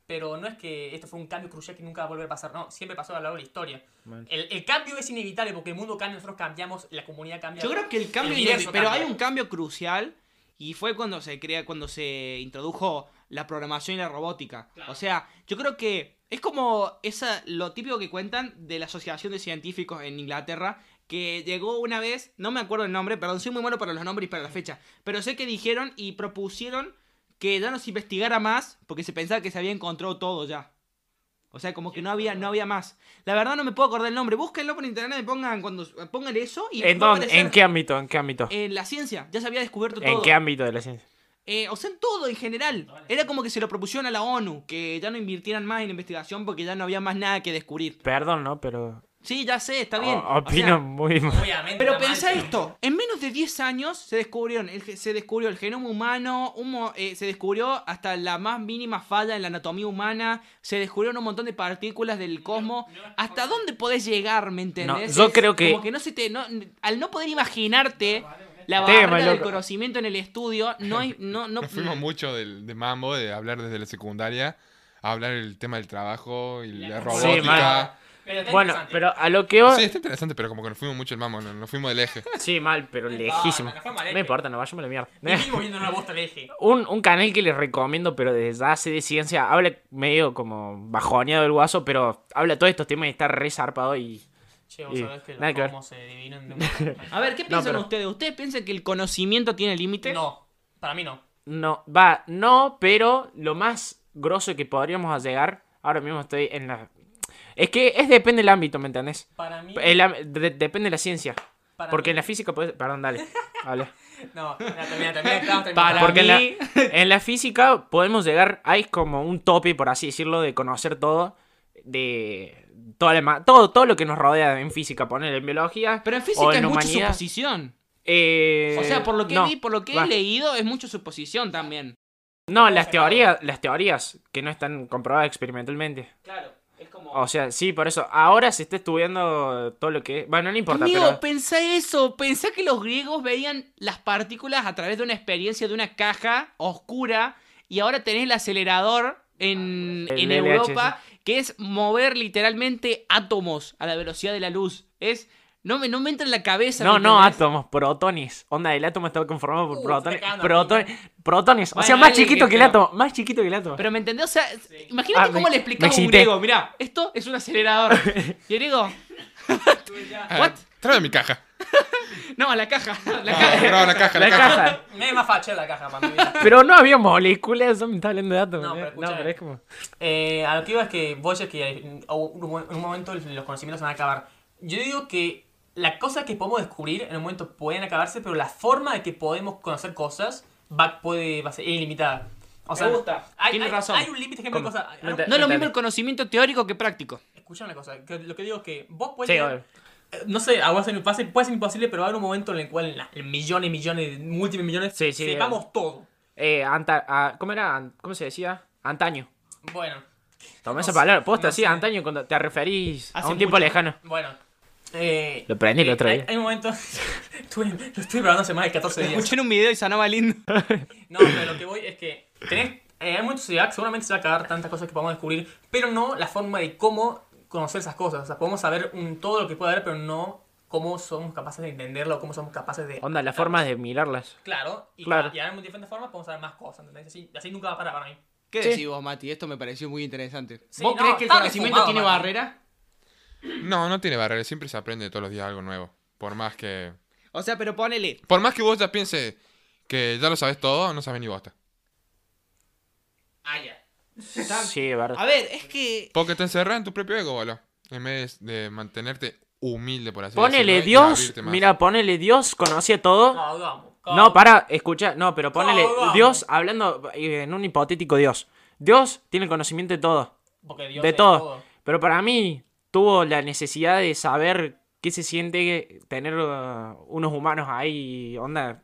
Speaker 4: pero no es que esto fue un cambio crucial que nunca va a volver a pasar, no, siempre pasó a lo largo de la historia.
Speaker 3: Mal.
Speaker 4: El, el cambio es inevitable porque el mundo cambia, nosotros cambiamos, la comunidad cambia.
Speaker 1: Yo creo que el cambio,
Speaker 4: El universo
Speaker 1: inevi- pero
Speaker 4: cambia.
Speaker 1: hay un cambio crucial y fue cuando se crea, cuando se introdujo la programación y la robótica. O sea, yo creo que es como esa, lo típico que cuentan de la Asociación de Científicos en Inglaterra, que llegó una vez, no me acuerdo el nombre, perdón, soy muy malo para los nombres y para la fecha, pero sé que dijeron y propusieron que ya no se investigara más porque se pensaba que se había encontrado todo ya. O sea, como que no había, no había más. La verdad no me puedo acordar el nombre. Búsquenlo por internet y pongan, cuando pongan eso y
Speaker 3: ¿En,
Speaker 1: va a
Speaker 3: dónde-
Speaker 1: aparecer
Speaker 3: ¿En qué ámbito? ¿En qué ámbito?
Speaker 1: en la ciencia, ya se había descubierto todo.
Speaker 3: ¿En qué ámbito de la ciencia?
Speaker 1: Eh, o sea, en todo en general. Era como que se lo propusieron a la ONU, que ya no invirtieran más en investigación porque ya no había más nada que descubrir.
Speaker 3: Perdón, ¿no? Pero
Speaker 1: Sí, ya sé, está
Speaker 3: o-
Speaker 1: bien. O
Speaker 3: opino
Speaker 1: sea,
Speaker 3: muy mal.
Speaker 4: Obviamente,
Speaker 1: pero
Speaker 4: está mal,
Speaker 1: pensá
Speaker 4: pero-
Speaker 1: esto, en menos de 10 años se descubrieron, el ge- se descubrió el genoma humano, humo- eh, se descubrió hasta la más mínima falla en la anatomía humana, se descubrieron un montón de partículas del cosmos. ¿Hasta dónde podés llegar, me entendés?
Speaker 3: yo creo que-
Speaker 1: Como que no se te... no- al no poder imaginarte
Speaker 4: Ah,
Speaker 1: la
Speaker 3: Tema,
Speaker 1: barrera del
Speaker 3: loco.
Speaker 1: conocimiento en el estudio, no hay... No,
Speaker 3: <laughs>
Speaker 1: no,
Speaker 2: Nos fuimos mucho del, de mambo, de hablar desde la secundaria, a hablar el tema del trabajo y la, robótica.
Speaker 3: mal.
Speaker 4: Pero está
Speaker 3: Bueno,
Speaker 4: interesante.
Speaker 3: pero a lo que hoy...
Speaker 2: Sí,
Speaker 3: Sí.
Speaker 2: está interesante, pero como que nos fuimos mucho el mambo, no- nos fuimos del
Speaker 1: <laughs>
Speaker 2: eje.
Speaker 3: mal, pero lejísimo.
Speaker 4: la forma
Speaker 3: No
Speaker 4: de-
Speaker 3: me importa, no vayamos a la mierda.
Speaker 4: Vivimos viendo una bosta de eje.
Speaker 3: Un, un canal que les recomiendo, pero desde hace de ciencia, habla medio como bajoneado el guaso, pero habla todos estos temas y está re zarpado y...
Speaker 4: Che, vos
Speaker 3: Y
Speaker 4: sabés que
Speaker 3: nada
Speaker 4: los eh,
Speaker 3: que ver.
Speaker 4: homos se dividen de
Speaker 3: <laughs>
Speaker 1: A ver, ¿qué
Speaker 3: No,
Speaker 1: piensan
Speaker 3: pero-
Speaker 1: ustedes? ¿Ustedes piensan que el conocimiento tiene límites?
Speaker 4: No, para mí no.
Speaker 3: No, va, no, pero lo más grosso que podríamos llegar, ahora mismo estoy en la... Es que es depende del ámbito, ¿me entendés?
Speaker 4: Para mí.
Speaker 3: El am- de- depende de la ciencia.
Speaker 4: para
Speaker 3: Porque en
Speaker 4: mí-
Speaker 3: la física puede... Perdón,
Speaker 4: <laughs>
Speaker 3: dale. habla.
Speaker 4: No, termina, termina, termina, claro, termina.
Speaker 1: Para
Speaker 3: Porque en la,
Speaker 1: mí-
Speaker 3: <laughs> en la física podemos llegar, hay como un tope, por así decirlo, de conocer todo, de toda la ma- todo, todo lo que nos rodea en física, poner en biología.
Speaker 1: Pero en
Speaker 3: o
Speaker 1: física es
Speaker 3: en
Speaker 1: mucha
Speaker 3: humanidad.
Speaker 1: suposición.
Speaker 3: Eh,
Speaker 1: O sea, por lo que
Speaker 3: no,
Speaker 1: vi, por lo que
Speaker 3: va.
Speaker 1: he leído, es mucha suposición también.
Speaker 3: No, las teorías, las teorías que no están comprobadas experimentalmente.
Speaker 1: Claro, es como.
Speaker 3: O sea, sí, por eso. Ahora se está estudiando todo lo que. Bueno, Oh, no importa,
Speaker 1: Amigo,
Speaker 3: pero.
Speaker 1: pensá eso. Pensá que los griegos veían las partículas a través de una experiencia de una caja oscura y ahora tenés el acelerador en, en
Speaker 3: El LHC.
Speaker 1: Europa, que es mover literalmente átomos a la velocidad de la luz. Es. No me, no me entra en la cabeza.
Speaker 3: No,
Speaker 1: ¿me
Speaker 3: no,
Speaker 1: entendés?
Speaker 3: átomos, protones. Onda, el átomo está conformado por
Speaker 4: Uh,
Speaker 3: protones.
Speaker 4: se está quedando
Speaker 3: Protones. Protones. O sea,
Speaker 1: Bueno,
Speaker 3: más
Speaker 1: dale,
Speaker 3: chiquito
Speaker 1: que
Speaker 3: que el
Speaker 1: no.
Speaker 3: átomo. Más chiquito que el átomo.
Speaker 1: Pero me entendés, o sea, imagínate
Speaker 3: Ah, me-
Speaker 1: cómo le explicamos
Speaker 3: me
Speaker 1: a un
Speaker 3: excité.
Speaker 1: griego. Mirá, esto es un
Speaker 3: <laughs>
Speaker 1: acelerador. Y el griego,
Speaker 2: Ah,
Speaker 1: What?
Speaker 2: Tráeme mi caja.
Speaker 1: no, a la caja. a <laughs> La
Speaker 3: Ah.
Speaker 2: No,
Speaker 1: caja.
Speaker 2: no, la caja, la,
Speaker 3: La
Speaker 2: caja.
Speaker 3: caja.
Speaker 4: Me es más facha la caja, para mí.
Speaker 3: Pero no había moléculas, yo me estaba hablando de átomos.
Speaker 4: No,
Speaker 3: No,
Speaker 4: pero
Speaker 3: pero,
Speaker 4: escucha,
Speaker 3: es como.
Speaker 4: Eh, a lo que iba es que vos decías que eh, o un mo- en un momento los conocimientos se van a acabar. Yo digo que las cosas que podemos descubrir en un momento pueden acabarse, pero la forma de que podemos conocer cosas va, puede, va a ser ilimitada. O sea,
Speaker 1: gusta.
Speaker 4: Hay,
Speaker 1: Tienes
Speaker 4: hay-
Speaker 1: razón.
Speaker 4: hay un límite que hay
Speaker 3: ¿Cómo?
Speaker 4: cosas.
Speaker 3: No te-
Speaker 1: No es lo mismo el conocimiento teórico que práctico.
Speaker 4: Escucha una cosa. que lo que digo es que vos puedes.
Speaker 3: Sí,
Speaker 4: tener-
Speaker 3: obvio.
Speaker 4: Eh, No sé, algo así puede ser, puede ser imposible, pero va a haber un momento en el cual la- millones, millones, múltiples millones,
Speaker 3: Sí, sí.
Speaker 4: sepamos todo.
Speaker 3: Eh, anta- ah, ¿Cómo era? An- ¿Cómo se decía? Antaño.
Speaker 4: Bueno,
Speaker 3: Tomé
Speaker 4: No
Speaker 3: esa
Speaker 4: sé,
Speaker 3: palabra. Posta,
Speaker 4: no
Speaker 3: sí,
Speaker 4: sé.
Speaker 3: antaño, cuando te referís a
Speaker 1: Hace
Speaker 3: un tiempo
Speaker 1: mucho.
Speaker 3: lejano.
Speaker 4: bueno. Eh,
Speaker 3: Lo prendí el
Speaker 4: eh,
Speaker 3: otro
Speaker 4: hay-
Speaker 3: día.
Speaker 4: Hay, un momento. <laughs> estuve- lo estuve probando hace más de 14 días.
Speaker 1: Escuché en un video y sonaba lindo.
Speaker 4: No, pero lo que voy es que tenés, eh, hay mucha sociedad, seguramente se va a acabar tantas cosas que podamos descubrir, pero no la forma de cómo conocer esas cosas. O sea, podemos saber un- todo lo que puede haber, pero no cómo somos capaces de entenderlo, cómo somos capaces de...
Speaker 3: Onda, la forma de mirarlas.
Speaker 4: Claro, y,
Speaker 3: Claro.
Speaker 4: y ahora en diferentes formas podemos saber más cosas, ¿entendés? Así, así nunca va a parar para mí.
Speaker 1: ¿Qué
Speaker 3: Sí.
Speaker 1: decís vos, Mati? Esto me pareció muy interesante.
Speaker 4: Sí,
Speaker 1: ¿Vos
Speaker 4: no,
Speaker 1: crees que el
Speaker 4: está
Speaker 1: conocimiento
Speaker 4: refumado,
Speaker 1: tiene
Speaker 4: Mati.
Speaker 1: barrera?
Speaker 2: No, no tiene barreras. Siempre se aprende todos los días algo nuevo. Por más que.
Speaker 1: O sea, pero ponele.
Speaker 2: Por más que vos ya pienses que ya lo sabes todo, no sabes ni bosta.
Speaker 4: Ah, ya.
Speaker 3: Sí, es
Speaker 4: Ah,
Speaker 3: verdad.
Speaker 1: A ver, es que.
Speaker 2: Porque te encerrás en tu propio ego, boludo. En vez de mantenerte humilde, por así
Speaker 3: Ponele
Speaker 2: decirlo, y
Speaker 3: Dios.
Speaker 2: abrirte más.
Speaker 3: Mira, ponele Dios, conocía todo.
Speaker 4: Cagamos,
Speaker 3: No,
Speaker 4: cagamos.
Speaker 3: para, escucha, no, pero ponele
Speaker 4: Cagamos.
Speaker 3: Dios hablando eh, en un hipotético Dios. Dios tiene el conocimiento de todo,
Speaker 4: Porque Dios
Speaker 3: de
Speaker 4: es
Speaker 3: todo. Pero para mí tuvo la necesidad de saber qué se siente tener uh, unos humanos ahí, onda.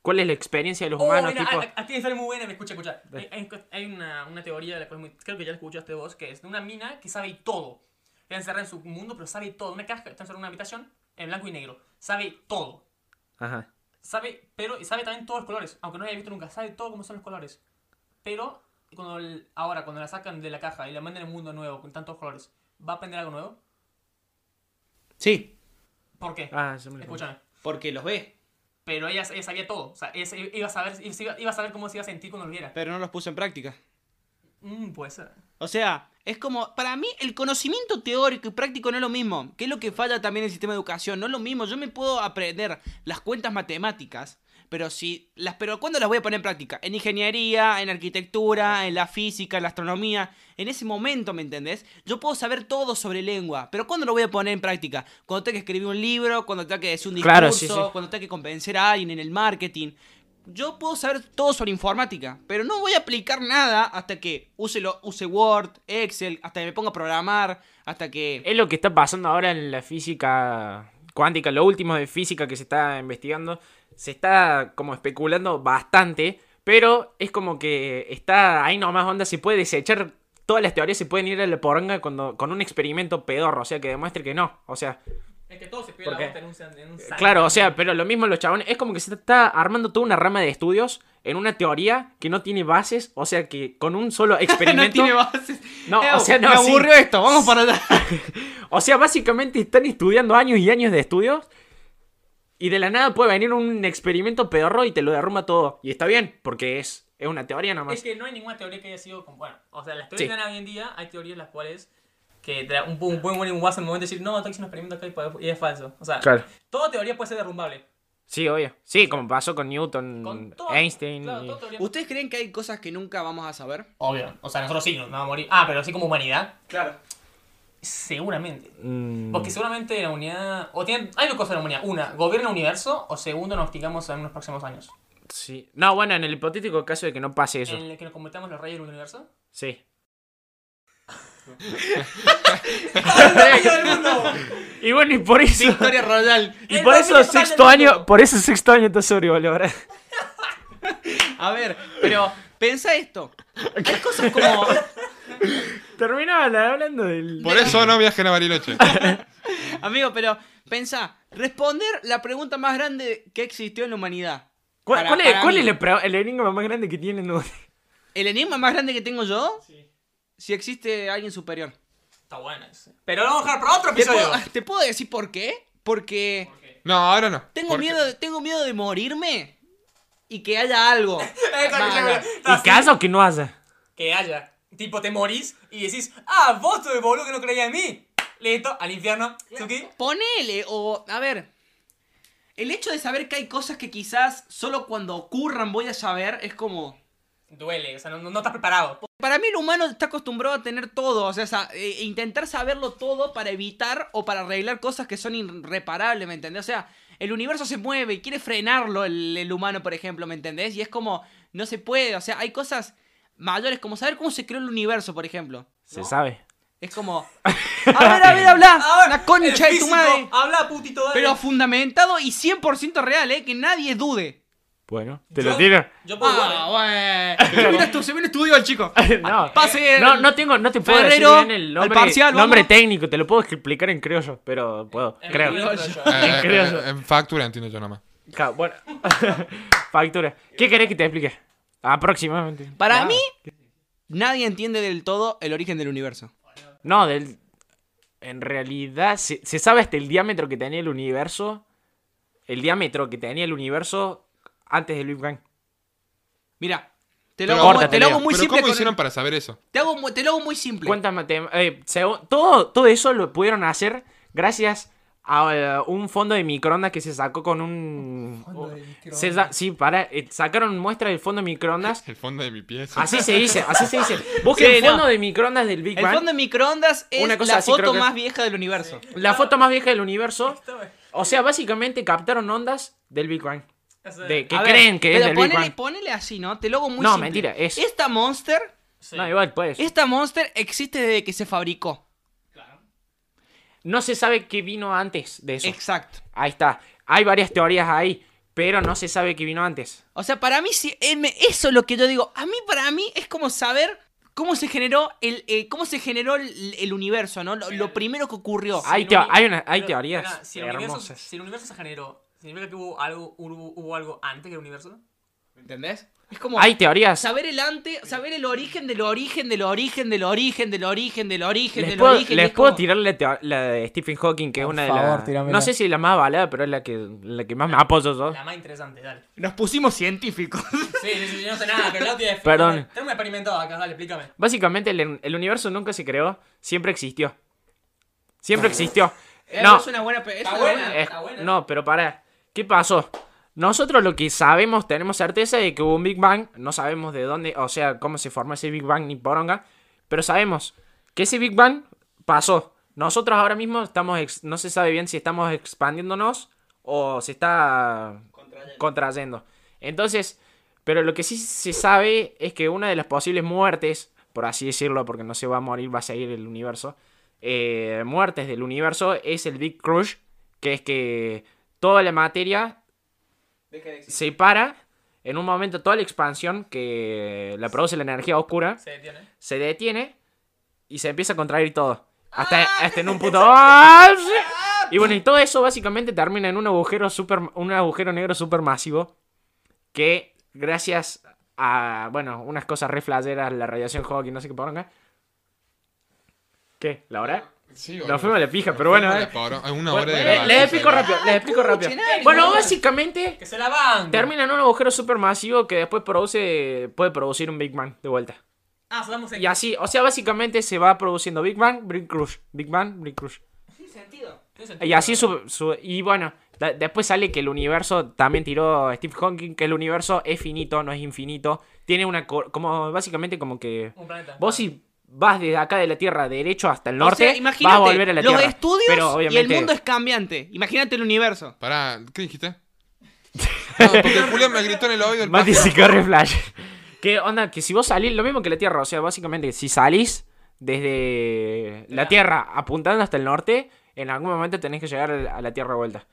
Speaker 3: ¿Cuál es la experiencia de los
Speaker 4: Oh,
Speaker 3: humanos?
Speaker 4: mira,
Speaker 3: tipo?
Speaker 4: a- a- aquí me sale muy buena, me escucha, escucha. Hay, hay- hay una, una teoría de la cual muy- creo que ya la escuchaste vos, que es de una mina que sabe todo. Está encerrada en su mundo, pero sabe todo. Una caja, está encerrada en una habitación, en blanco y negro. Sabe todo.
Speaker 3: Ajá.
Speaker 4: Sabe, pero, y sabe también todos los colores, aunque no haya visto nunca, sabe todo cómo son los colores. Pero, cuando el- ahora, cuando la sacan de la caja y la mandan al mundo nuevo con tantos colores, ¿va a aprender algo nuevo?
Speaker 1: Sí,
Speaker 4: ¿Por qué?
Speaker 3: Ah, se me lo-
Speaker 4: Escúchame.
Speaker 1: porque los ve,
Speaker 4: Pero ella, ella sabía todo. O sea, ella se- iba a, saber, iba, iba a saber cómo se iba a sentir cuando lo viera.
Speaker 1: pero no los puso en práctica.
Speaker 4: Mm, puede ser.
Speaker 1: O sea, es como, para mí el conocimiento teórico y práctico no es lo mismo, que es lo que falla también en el sistema de educación, no es lo mismo, yo me puedo aprender las cuentas matemáticas, pero si las pero ¿cuándo las voy a poner en práctica? En ingeniería, en arquitectura, en la física, en la astronomía, en ese momento, ¿me entendés? Yo puedo saber todo sobre lengua, pero ¿cuándo lo voy a poner en práctica? Cuando tenga que escribir un libro, cuando tenga que decir un discurso,
Speaker 3: Claro, sí, sí.
Speaker 1: cuando tenga que convencer a alguien en el marketing. Yo puedo saber todo sobre informática, pero no voy a aplicar nada hasta que use, lo, use Word, Excel, hasta que me ponga a programar, hasta que...
Speaker 3: Es lo que está pasando ahora en la física cuántica, lo último de física que se está investigando, se está como especulando bastante, pero es como que está ahí nomás onda, se puede desechar, todas las teorías se pueden ir a la poronga cuando, con un experimento pedorro, o sea, que demuestre que no, o sea,
Speaker 4: Es que todos se
Speaker 3: ¿Por
Speaker 4: pierden
Speaker 3: qué? Eh,
Speaker 4: la bosta en un, san- en un san-
Speaker 3: claro, o sea, pero lo mismo los chabones, es como que se está armando toda una rama de estudios en una teoría que no tiene bases, o sea, que con un
Speaker 4: <laughs>
Speaker 3: solo experimento...
Speaker 1: <laughs> no tiene bases.
Speaker 3: No,
Speaker 1: Eh,
Speaker 3: o sea, no,
Speaker 1: Me
Speaker 3: sí.
Speaker 1: aburrió esto, vamos para
Speaker 3: <laughs>
Speaker 1: allá.
Speaker 3: O sea, básicamente están estudiando años y años de estudios. Y de la nada puede venir un experimento pedorro y te lo derrumba todo. Y está bien, porque es, es una teoría nomás.
Speaker 4: Es que no hay ninguna teoría que haya sido como, bueno, o sea, las teorías
Speaker 3: Sí.
Speaker 4: que ganan hoy en día, hay teorías las cuales que te da un, un buen William Watson en el momento de decir, no, estoy haciendo un experimento acá y puede- y es falso. O sea, toda teoría puede ser derrumbable.
Speaker 3: Sí, obvio. Sí, como pasó con Newton,
Speaker 4: Con todo-
Speaker 3: Mm, Einstein.
Speaker 4: claro,
Speaker 3: y-
Speaker 4: toda teoría-
Speaker 1: ¿Ustedes creen que hay cosas que nunca vamos a saber?
Speaker 4: Obvio, o sea, nosotros sí nos vamos a morir. Ah, pero así como humanidad,
Speaker 1: Claro.
Speaker 4: seguramente.
Speaker 3: Mm,
Speaker 4: Porque seguramente la humanidad, o tienen, hay dos cosas en la humanidad. Una, gobierna el universo, o segundo, nos picamos en unos próximos años.
Speaker 3: sí. No, bueno, en el hipotético caso de que no pase eso.
Speaker 4: En el que nos convertamos en los reyes del universo.
Speaker 1: <laughs>
Speaker 3: Sí.
Speaker 4: ¡Todo el mundo!
Speaker 3: Y bueno, y por
Speaker 1: <laughs>
Speaker 3: eso.
Speaker 1: Historia Royal.
Speaker 3: Y
Speaker 4: El
Speaker 3: por eso
Speaker 4: dominio total del
Speaker 3: sexto
Speaker 4: mundo.
Speaker 3: año. Por eso sexto año está <laughs> sobrevalorado.
Speaker 1: A ver, pero pensá esto. Hay cosas como...
Speaker 3: Terminaba la- hablando del.
Speaker 2: Por eso no viajen
Speaker 1: <laughs>
Speaker 2: a Bariloche.
Speaker 1: Amigo, pero pensá, responder la pregunta más grande que existió en la humanidad.
Speaker 3: ¿Cuál,
Speaker 1: Para-
Speaker 3: cuál es,
Speaker 1: para
Speaker 3: cuál
Speaker 1: mí.
Speaker 3: es la pro- el enigma más grande que tienen? <laughs>
Speaker 1: ¿El enigma más grande que tengo yo?
Speaker 4: Sí.
Speaker 1: Si existe alguien superior.
Speaker 4: Está bueno ese. Pero lo vamos a dejar para otro
Speaker 1: ¿Te
Speaker 4: episodio.
Speaker 1: puedo,
Speaker 4: <laughs>
Speaker 1: <laughs> te puedo decir por qué? Porque
Speaker 2: No, ahora no.
Speaker 1: tengo
Speaker 2: Porque-
Speaker 1: miedo, de- tengo miedo de morirme y que haya algo. Mala.
Speaker 3: ¿Y caso que no haya?
Speaker 4: que haya. Tipo, te morís y decís, ah, vos sos el boludo que no creía en mí. Listo, al infierno. Tuki.
Speaker 1: Ponele, o a ver. El hecho de saber que hay cosas que quizás solo cuando ocurran voy a saber es como...
Speaker 4: Duele, o sea, no, no- no estás preparado.
Speaker 1: Para mí el humano está acostumbrado a tener todo, o sea, sa- eh, intentar saberlo todo para evitar o para arreglar cosas que son irreparables, ¿me entendés? O sea, el universo se mueve y quiere frenarlo el, el humano, por ejemplo, ¿me entendés? Y es como, no se puede, o sea, hay cosas mayores, como saber cómo se creó el universo, por ejemplo.
Speaker 3: Se sabe.
Speaker 1: Es como, a ver, a ver,
Speaker 4: <laughs>
Speaker 1: habla,
Speaker 4: Ahora,
Speaker 1: la concha
Speaker 4: el
Speaker 1: de tu
Speaker 4: físico,
Speaker 1: madre.
Speaker 4: Habla, putito. dale.
Speaker 1: Pero fundamentado y 100% real, ¿eh? Que nadie dude.
Speaker 3: Bueno, te
Speaker 4: Yo-
Speaker 3: lo tiro.
Speaker 4: Yo puedo jugar.
Speaker 1: Ah, bueno. Se vino estu- Se vino estudio al chico.
Speaker 3: <laughs> No,
Speaker 1: Pase.
Speaker 3: no, no tengo, no te puedo
Speaker 1: Ferrero,
Speaker 3: decir bien el
Speaker 1: al
Speaker 3: nombre,
Speaker 1: parcial,
Speaker 3: nombre
Speaker 1: vamos.
Speaker 3: técnico, te lo puedo explicar en criollo, pero puedo,
Speaker 4: eh.
Speaker 3: creo.
Speaker 4: En criollo.
Speaker 2: Eh,
Speaker 3: <laughs>
Speaker 2: eh,
Speaker 3: Increíble.
Speaker 2: eh, en factura entiendo yo nomás.
Speaker 3: Ja, bueno, <laughs> factura. ¿Qué querés que te explique? Aproximadamente.
Speaker 1: Para
Speaker 3: Ah,
Speaker 1: mí, nadie entiende del todo el origen del universo.
Speaker 3: No, del... En realidad, se, se sabe hasta el diámetro que tenía el universo. El diámetro que tenía el universo antes del Big Bang.
Speaker 1: Mira, te lo
Speaker 2: Pero-
Speaker 1: hago,
Speaker 3: Corta,
Speaker 1: te lo hago
Speaker 3: Leo.
Speaker 1: muy
Speaker 2: Pero
Speaker 1: simple.
Speaker 2: ¿cómo
Speaker 1: con-
Speaker 2: hicieron para saber eso?
Speaker 1: te, hago, mu- te lo hago muy simple.
Speaker 3: ¿Cuántas matem- eh, según- todo, todo eso lo pudieron hacer gracias a eh, un fondo de microondas que se sacó con un...
Speaker 6: Fondo de microondas.
Speaker 3: se sa- sí, para, eh, sacaron muestra del fondo de microondas.
Speaker 2: El fondo de mi pieza.
Speaker 3: Así se dice, así se dice. Busquen
Speaker 1: Sí,
Speaker 3: el
Speaker 1: no.
Speaker 3: fondo de microondas del Big
Speaker 1: El
Speaker 3: Bang.
Speaker 1: fondo de microondas es
Speaker 3: Una cosa
Speaker 1: la
Speaker 3: así,
Speaker 1: foto
Speaker 3: creo que-
Speaker 1: más vieja del universo.
Speaker 3: La foto más vieja del universo. O sea, básicamente captaron ondas del Big Bang. De que
Speaker 1: A ver,
Speaker 3: creen que es
Speaker 1: pero
Speaker 3: del Big
Speaker 1: ponele,
Speaker 3: Bang.
Speaker 1: ponele así, ¿no? Te lo hago muy
Speaker 3: No,
Speaker 1: simple.
Speaker 3: mentira, es-
Speaker 1: Esta monster,
Speaker 4: Sí.
Speaker 3: No, igual, pues.
Speaker 1: esta monster existe desde que se fabricó.
Speaker 3: No se sabe qué vino antes de eso.
Speaker 1: Exacto.
Speaker 3: Ahí está. Hay varias teorías ahí, pero no se sabe qué vino antes.
Speaker 1: O sea, para mí, sí, eh, me- eso es lo que yo digo. A mí, para mí, es como saber cómo se generó el, eh, cómo se generó el, el universo, ¿no? Lo, lo primero que ocurrió.
Speaker 3: Hay
Speaker 4: el
Speaker 3: teo-
Speaker 4: uni-
Speaker 3: hay una- hay
Speaker 4: Pero,
Speaker 3: teorías
Speaker 4: espera, si el, universo,
Speaker 3: hermosas.
Speaker 4: si el universo se generó, ¿significa que hubo algo, hubo, hubo algo antes que el universo?
Speaker 1: ¿Me ¿Entendés? Es como
Speaker 3: Hay teorías.
Speaker 1: saber el antes, saber el origen del origen del origen del origen del origen del origen
Speaker 3: Les
Speaker 1: del
Speaker 3: puedo,
Speaker 1: origen. y
Speaker 3: les
Speaker 1: es
Speaker 3: puedo
Speaker 1: como-
Speaker 3: tirar la, teo- la de Stephen Hawking, que es
Speaker 6: Por
Speaker 3: una
Speaker 6: favor,
Speaker 3: de las.
Speaker 6: tíramela.
Speaker 3: No sé si la más balada, pero es la que, la que más me apoyo yo.
Speaker 4: La más interesante, dale.
Speaker 1: Nos pusimos científicos.
Speaker 4: Sí, sí, sí, yo no sé nada, pero no tiene.
Speaker 3: Perdón.
Speaker 4: Tengo un experimentado acá, dale, explícame.
Speaker 3: Básicamente, el, el universo nunca se creó, siempre existió. Siempre existió.
Speaker 1: <laughs> Eh,
Speaker 3: No, Eh,
Speaker 1: Es una buena. pe- es
Speaker 4: Está
Speaker 1: una
Speaker 4: buena.
Speaker 1: buena-
Speaker 3: Es-
Speaker 4: Está buena.
Speaker 3: no, pero para. ¿Qué pasó? Nosotros lo que sabemos, tenemos certeza de que hubo un Big Bang. No sabemos de dónde, o sea, cómo se formó ese Big Bang ni poronga. Pero sabemos que ese Big Bang pasó. Nosotros ahora mismo estamos, ex- no se sabe bien si estamos expandiéndonos o se está contrayendo. Entonces, pero lo que sí se sabe es que una de las posibles muertes, por así decirlo, porque no se va a morir, va a seguir el universo, eh, muertes del universo es el Big Crush, que es que toda la materia se para en un momento, toda la expansión que la produce la energía oscura
Speaker 4: Se detiene.
Speaker 3: se detiene y se empieza a contraer todo. Hasta, hasta en un puto. ¡Ah! Y bueno, y todo eso básicamente termina en un agujero super, un agujero negro supermasivo que gracias a, bueno, unas cosas re flasheras, la radiación Hawking, no sé qué poronga. ¿Qué? ¿La hora?
Speaker 2: Sí,
Speaker 3: Nos
Speaker 2: boludo.
Speaker 3: fuimos a la pija,
Speaker 2: Nos
Speaker 3: pero bueno,
Speaker 2: fuimos a la
Speaker 3: eh.
Speaker 2: pavor- a Una hora de
Speaker 3: Bueno, eh, le- les
Speaker 2: grabación.
Speaker 3: explico rápido, les explico rápido. Bueno, básicamente
Speaker 4: Que se la van.
Speaker 3: termina en un agujero supermasivo que después produce puede producir un Big Bang de vuelta.
Speaker 4: Ah, se damos
Speaker 3: Y así, o sea, básicamente se va produciendo Big Bang, Big Crush, Big Bang, Big Crush. Y así su, su- y bueno, da- después sale que el universo también tiró Steve Hawking que el universo es finito, no es infinito, tiene una cor- como básicamente como que
Speaker 4: Un planeta.
Speaker 3: vos si vas desde acá de la Tierra derecho hasta el
Speaker 1: O sea,
Speaker 3: norte, vas
Speaker 1: imagínate,
Speaker 3: a volver a la
Speaker 1: los
Speaker 3: Tierra.
Speaker 1: estudios
Speaker 3: Pero
Speaker 1: y el
Speaker 3: obviamente
Speaker 1: mundo es cambiante. Imagínate el universo.
Speaker 2: Pará, ¿qué dijiste?
Speaker 3: <laughs>
Speaker 2: No, porque Julián me gritó en el oído el
Speaker 3: Mati
Speaker 2: pájaro.
Speaker 3: se corre <laughs> flash. Que onda, que si vos salís, lo mismo que la Tierra, o sea, básicamente, si salís desde la Tierra apuntando hasta el norte, en algún momento tenés que llegar a la Tierra de vuelta.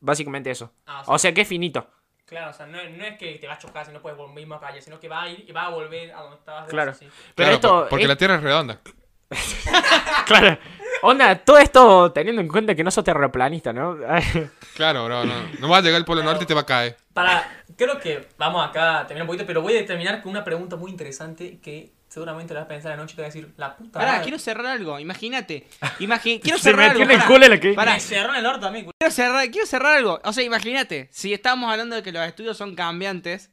Speaker 3: Básicamente eso.
Speaker 4: Ah,
Speaker 3: O sea que es finito.
Speaker 4: Claro, o sea, no, no es que te va a chocar si no puedes volver más para allá, sino que va a ir y va a volver a donde estabas.
Speaker 3: Claro.
Speaker 4: Sí.
Speaker 3: Pero
Speaker 2: Claro,
Speaker 3: esto.
Speaker 2: por- Porque
Speaker 3: es-
Speaker 2: la Tierra es redonda.
Speaker 3: <laughs> Claro. Onda, todo esto teniendo en cuenta que no sos terraplanista, ¿no? <laughs>
Speaker 2: Claro, bro, no. No vas a llegar al Polo Norte y te va a caer.
Speaker 4: Para, creo que vamos acá a terminar un poquito, pero voy a terminar con una pregunta muy interesante que seguramente la vas a pensar anoche y te vas a decir, la puta
Speaker 1: Pará,
Speaker 4: madre.
Speaker 1: quiero cerrar algo. Imagínate.
Speaker 3: <laughs>
Speaker 1: Imagi- quiero
Speaker 3: Se
Speaker 1: cerrar
Speaker 3: metió
Speaker 1: algo.
Speaker 3: en el
Speaker 1: pará.
Speaker 3: culo la que.
Speaker 1: Pará,
Speaker 4: Me cerró en el orto a mí, cu-
Speaker 1: quiero cerrar, quiero cerrar algo. O sea, imagínate, si estamos hablando de que los estudios son cambiantes,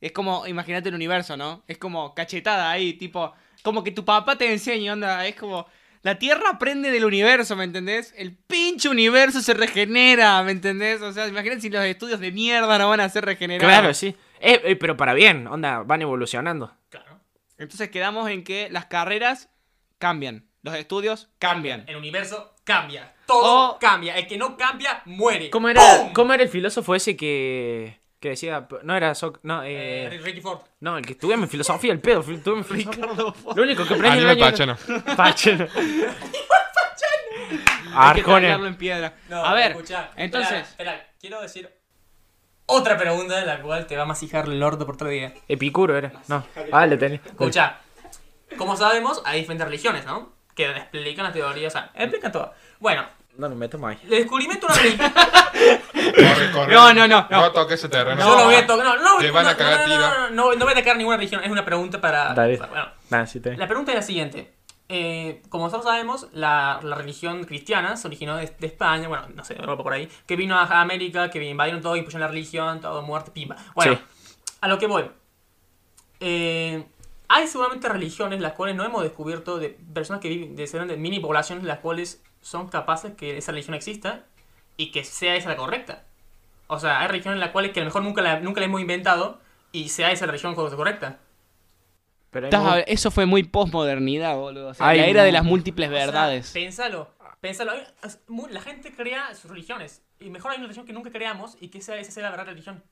Speaker 1: es como, imagínate el universo, ¿no? Es como cachetada ahí, tipo, como que tu papá te enseña, onda, es como, la Tierra aprende del universo, ¿me entendés? El pinche universo se regenera, ¿me entendés? O sea, imagínate si los estudios de mierda no van a ser regenerados.
Speaker 3: Claro, sí. Eh, eh, pero para bien, onda, van evolucionando.
Speaker 4: Claro.
Speaker 1: Entonces quedamos en que las carreras cambian, los estudios cambian.
Speaker 4: El universo cambia. Todo
Speaker 1: O-
Speaker 4: cambia. El que no cambia, muere.
Speaker 3: Oh. ¿Cómo era, ¿Cómo era el filósofo ese que, que decía? No era Soc- no, eh,
Speaker 4: Eh, Ricky Ford.
Speaker 3: no, el que estudia mi filosofía, el pedo, fil- estudia mi filosofía. Lo único que
Speaker 1: Ah,
Speaker 3: aprende
Speaker 2: Anime
Speaker 3: el año-
Speaker 2: Pachano.
Speaker 3: <laughs> Pachano. Ah,
Speaker 1: Hay que
Speaker 3: Arjona.
Speaker 1: taguearlo en piedra.
Speaker 4: No,
Speaker 1: a ver,
Speaker 4: escuchá. Espera,
Speaker 1: entonces,
Speaker 4: Espera, quiero decir otra pregunta de la cual te va a masijar el orto por todo el día.
Speaker 3: Epicuro era. No. Ah, lo tenés.
Speaker 4: Escucha, como sabemos, hay diferentes religiones, ¿no? Que explican las teorías, o sea, explican todo. Bueno,
Speaker 3: No nos metemos ahí.
Speaker 4: el descubrimiento de una religión.
Speaker 2: Corre, corre.
Speaker 1: No, no, no, no.
Speaker 2: <laughs> No, toques ese terreno.
Speaker 4: Yo no voy a tocar. No, no,
Speaker 2: Te van
Speaker 4: no,
Speaker 2: a cagar
Speaker 4: no, no,
Speaker 2: tiro.
Speaker 4: no, no, no, no voy a atacar ninguna religión. Es una pregunta para.
Speaker 3: Dale.
Speaker 4: para- bueno,
Speaker 3: Nada, sí te.
Speaker 4: la pregunta es la siguiente. Eh, como nosotros sabemos, la, la religión cristiana se originó de, de España, bueno, no sé, de Europa por ahí, que vino a América, que invadieron todo, impusieron la religión, todo, muerte, pimba. Bueno,
Speaker 3: Sí.
Speaker 4: a lo que voy. Eh, hay seguramente religiones las cuales no hemos descubierto, de personas que viven, de, serán de mini poblaciones, las cuales son capaces que esa religión exista y que sea esa la correcta. O sea, hay religiones en las cuales que a lo mejor nunca la, nunca la hemos inventado y sea esa la religión correcta.
Speaker 3: Pero hay
Speaker 1: Estás
Speaker 3: mu-
Speaker 1: a- Eso fue muy posmodernidad, boludo. O sea,
Speaker 3: Ay,
Speaker 1: la era de
Speaker 3: no.
Speaker 1: las múltiples
Speaker 4: O sea,
Speaker 1: verdades.
Speaker 4: Pénsalo, pénsalo. Hay- es muy- La gente crea sus religiones. Y mejor hay una religión que nunca creamos y que esa, esa sea la verdadera religión.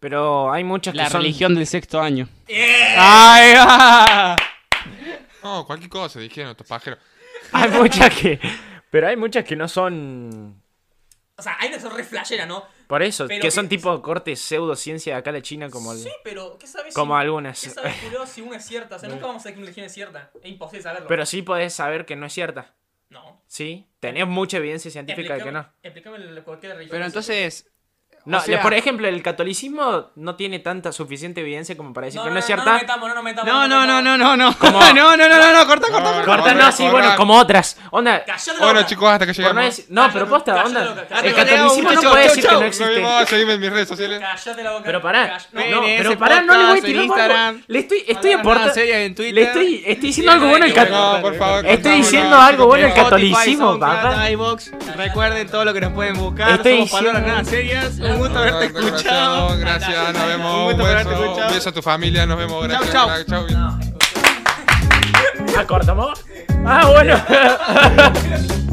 Speaker 3: Pero hay muchas que
Speaker 1: La
Speaker 3: son-
Speaker 1: religión del sexto año. ¡Ay, va!
Speaker 2: No, cualquier cosa, dijeron estos pajeros.
Speaker 3: <laughs> Hay muchas que. Pero hay muchas que no son.
Speaker 4: O sea, hay una que son re flashera, ¿no?
Speaker 3: Por eso,
Speaker 4: Pero
Speaker 3: que
Speaker 4: que-
Speaker 3: son tipo cortes pseudociencia de acá de China como el-
Speaker 4: Sí, pero ¿qué sabes
Speaker 3: como
Speaker 4: si,
Speaker 3: algunas. <laughs>
Speaker 4: ¿Qué sabes, culiao, si una es cierta? O sea, nunca vamos a saber que una religión es cierta. Es imposible saberlo.
Speaker 3: Pero sí podés saber que no es cierta.
Speaker 4: No.
Speaker 3: Sí, tenés mucha evidencia científica de que no.
Speaker 4: Explícame la- cualquier religión.
Speaker 1: Pero
Speaker 4: que sea.
Speaker 1: entonces.
Speaker 3: No,
Speaker 1: o sea-
Speaker 3: por ejemplo, el catolicismo no tiene tanta suficiente evidencia como para decir
Speaker 4: No,
Speaker 3: que no,
Speaker 4: no, no,
Speaker 3: es
Speaker 4: no
Speaker 3: cierta.
Speaker 4: nos metamos, no nos metamos.
Speaker 1: No, no, no, no, no, <laughs>
Speaker 4: metamos.
Speaker 1: no. No, no, no, no, no, corta, corta, corta.
Speaker 3: Corta, no, sí, bueno, como otras. Onda,
Speaker 4: Cállate la
Speaker 2: Bueno,
Speaker 4: boca.
Speaker 2: chicos, hasta que
Speaker 3: por no,
Speaker 2: llegamos.
Speaker 3: decir- no, pero posta,
Speaker 4: Cállate,
Speaker 3: onda.
Speaker 4: loca, cállate,
Speaker 3: El
Speaker 4: loca.
Speaker 3: catolicismo no
Speaker 1: Chau,
Speaker 3: puede
Speaker 1: chau,
Speaker 3: decir que
Speaker 1: chau.
Speaker 3: no
Speaker 2: Nos
Speaker 3: existe.
Speaker 2: vemos, seguime en mis redes sociales.
Speaker 4: Cállate la boca.
Speaker 3: Pero pará,
Speaker 4: Cállate-
Speaker 3: no,
Speaker 4: No,
Speaker 1: Ven,
Speaker 3: pero
Speaker 1: ese
Speaker 3: pará, no le voy a
Speaker 1: podcast en
Speaker 3: tirar
Speaker 1: Instagram.
Speaker 3: más. Le estoy, estoy
Speaker 1: Hablan nada
Speaker 3: aportando.
Speaker 1: serio en Twitter.
Speaker 3: Le estoy, estoy diciendo algo bueno al
Speaker 1: Siempre hay
Speaker 3: catolicismo.
Speaker 2: No, por favor.
Speaker 3: Estoy
Speaker 2: cortámoslo.
Speaker 3: diciendo algo bueno el catolicismo,
Speaker 1: Spotify, SoundCloud,
Speaker 3: papá.
Speaker 1: iVoox. Recuerden todo lo que nos pueden buscar.
Speaker 3: Estoy
Speaker 1: Somos palabras nada
Speaker 3: diciendo-
Speaker 1: serias. Un gusto
Speaker 2: No,
Speaker 1: haberte
Speaker 2: no, no, gracias,
Speaker 1: escuchado.
Speaker 2: no, Gracias, nos
Speaker 1: Un
Speaker 2: vemos. Un
Speaker 1: gusto haberte
Speaker 2: beso,
Speaker 1: escuchado.
Speaker 2: un beso a tu familia, nos vemos. Gracias,
Speaker 1: chau.
Speaker 2: gracias, chau.
Speaker 1: <laughs>
Speaker 4: no.
Speaker 3: Ah, cortamos. Ah, bueno.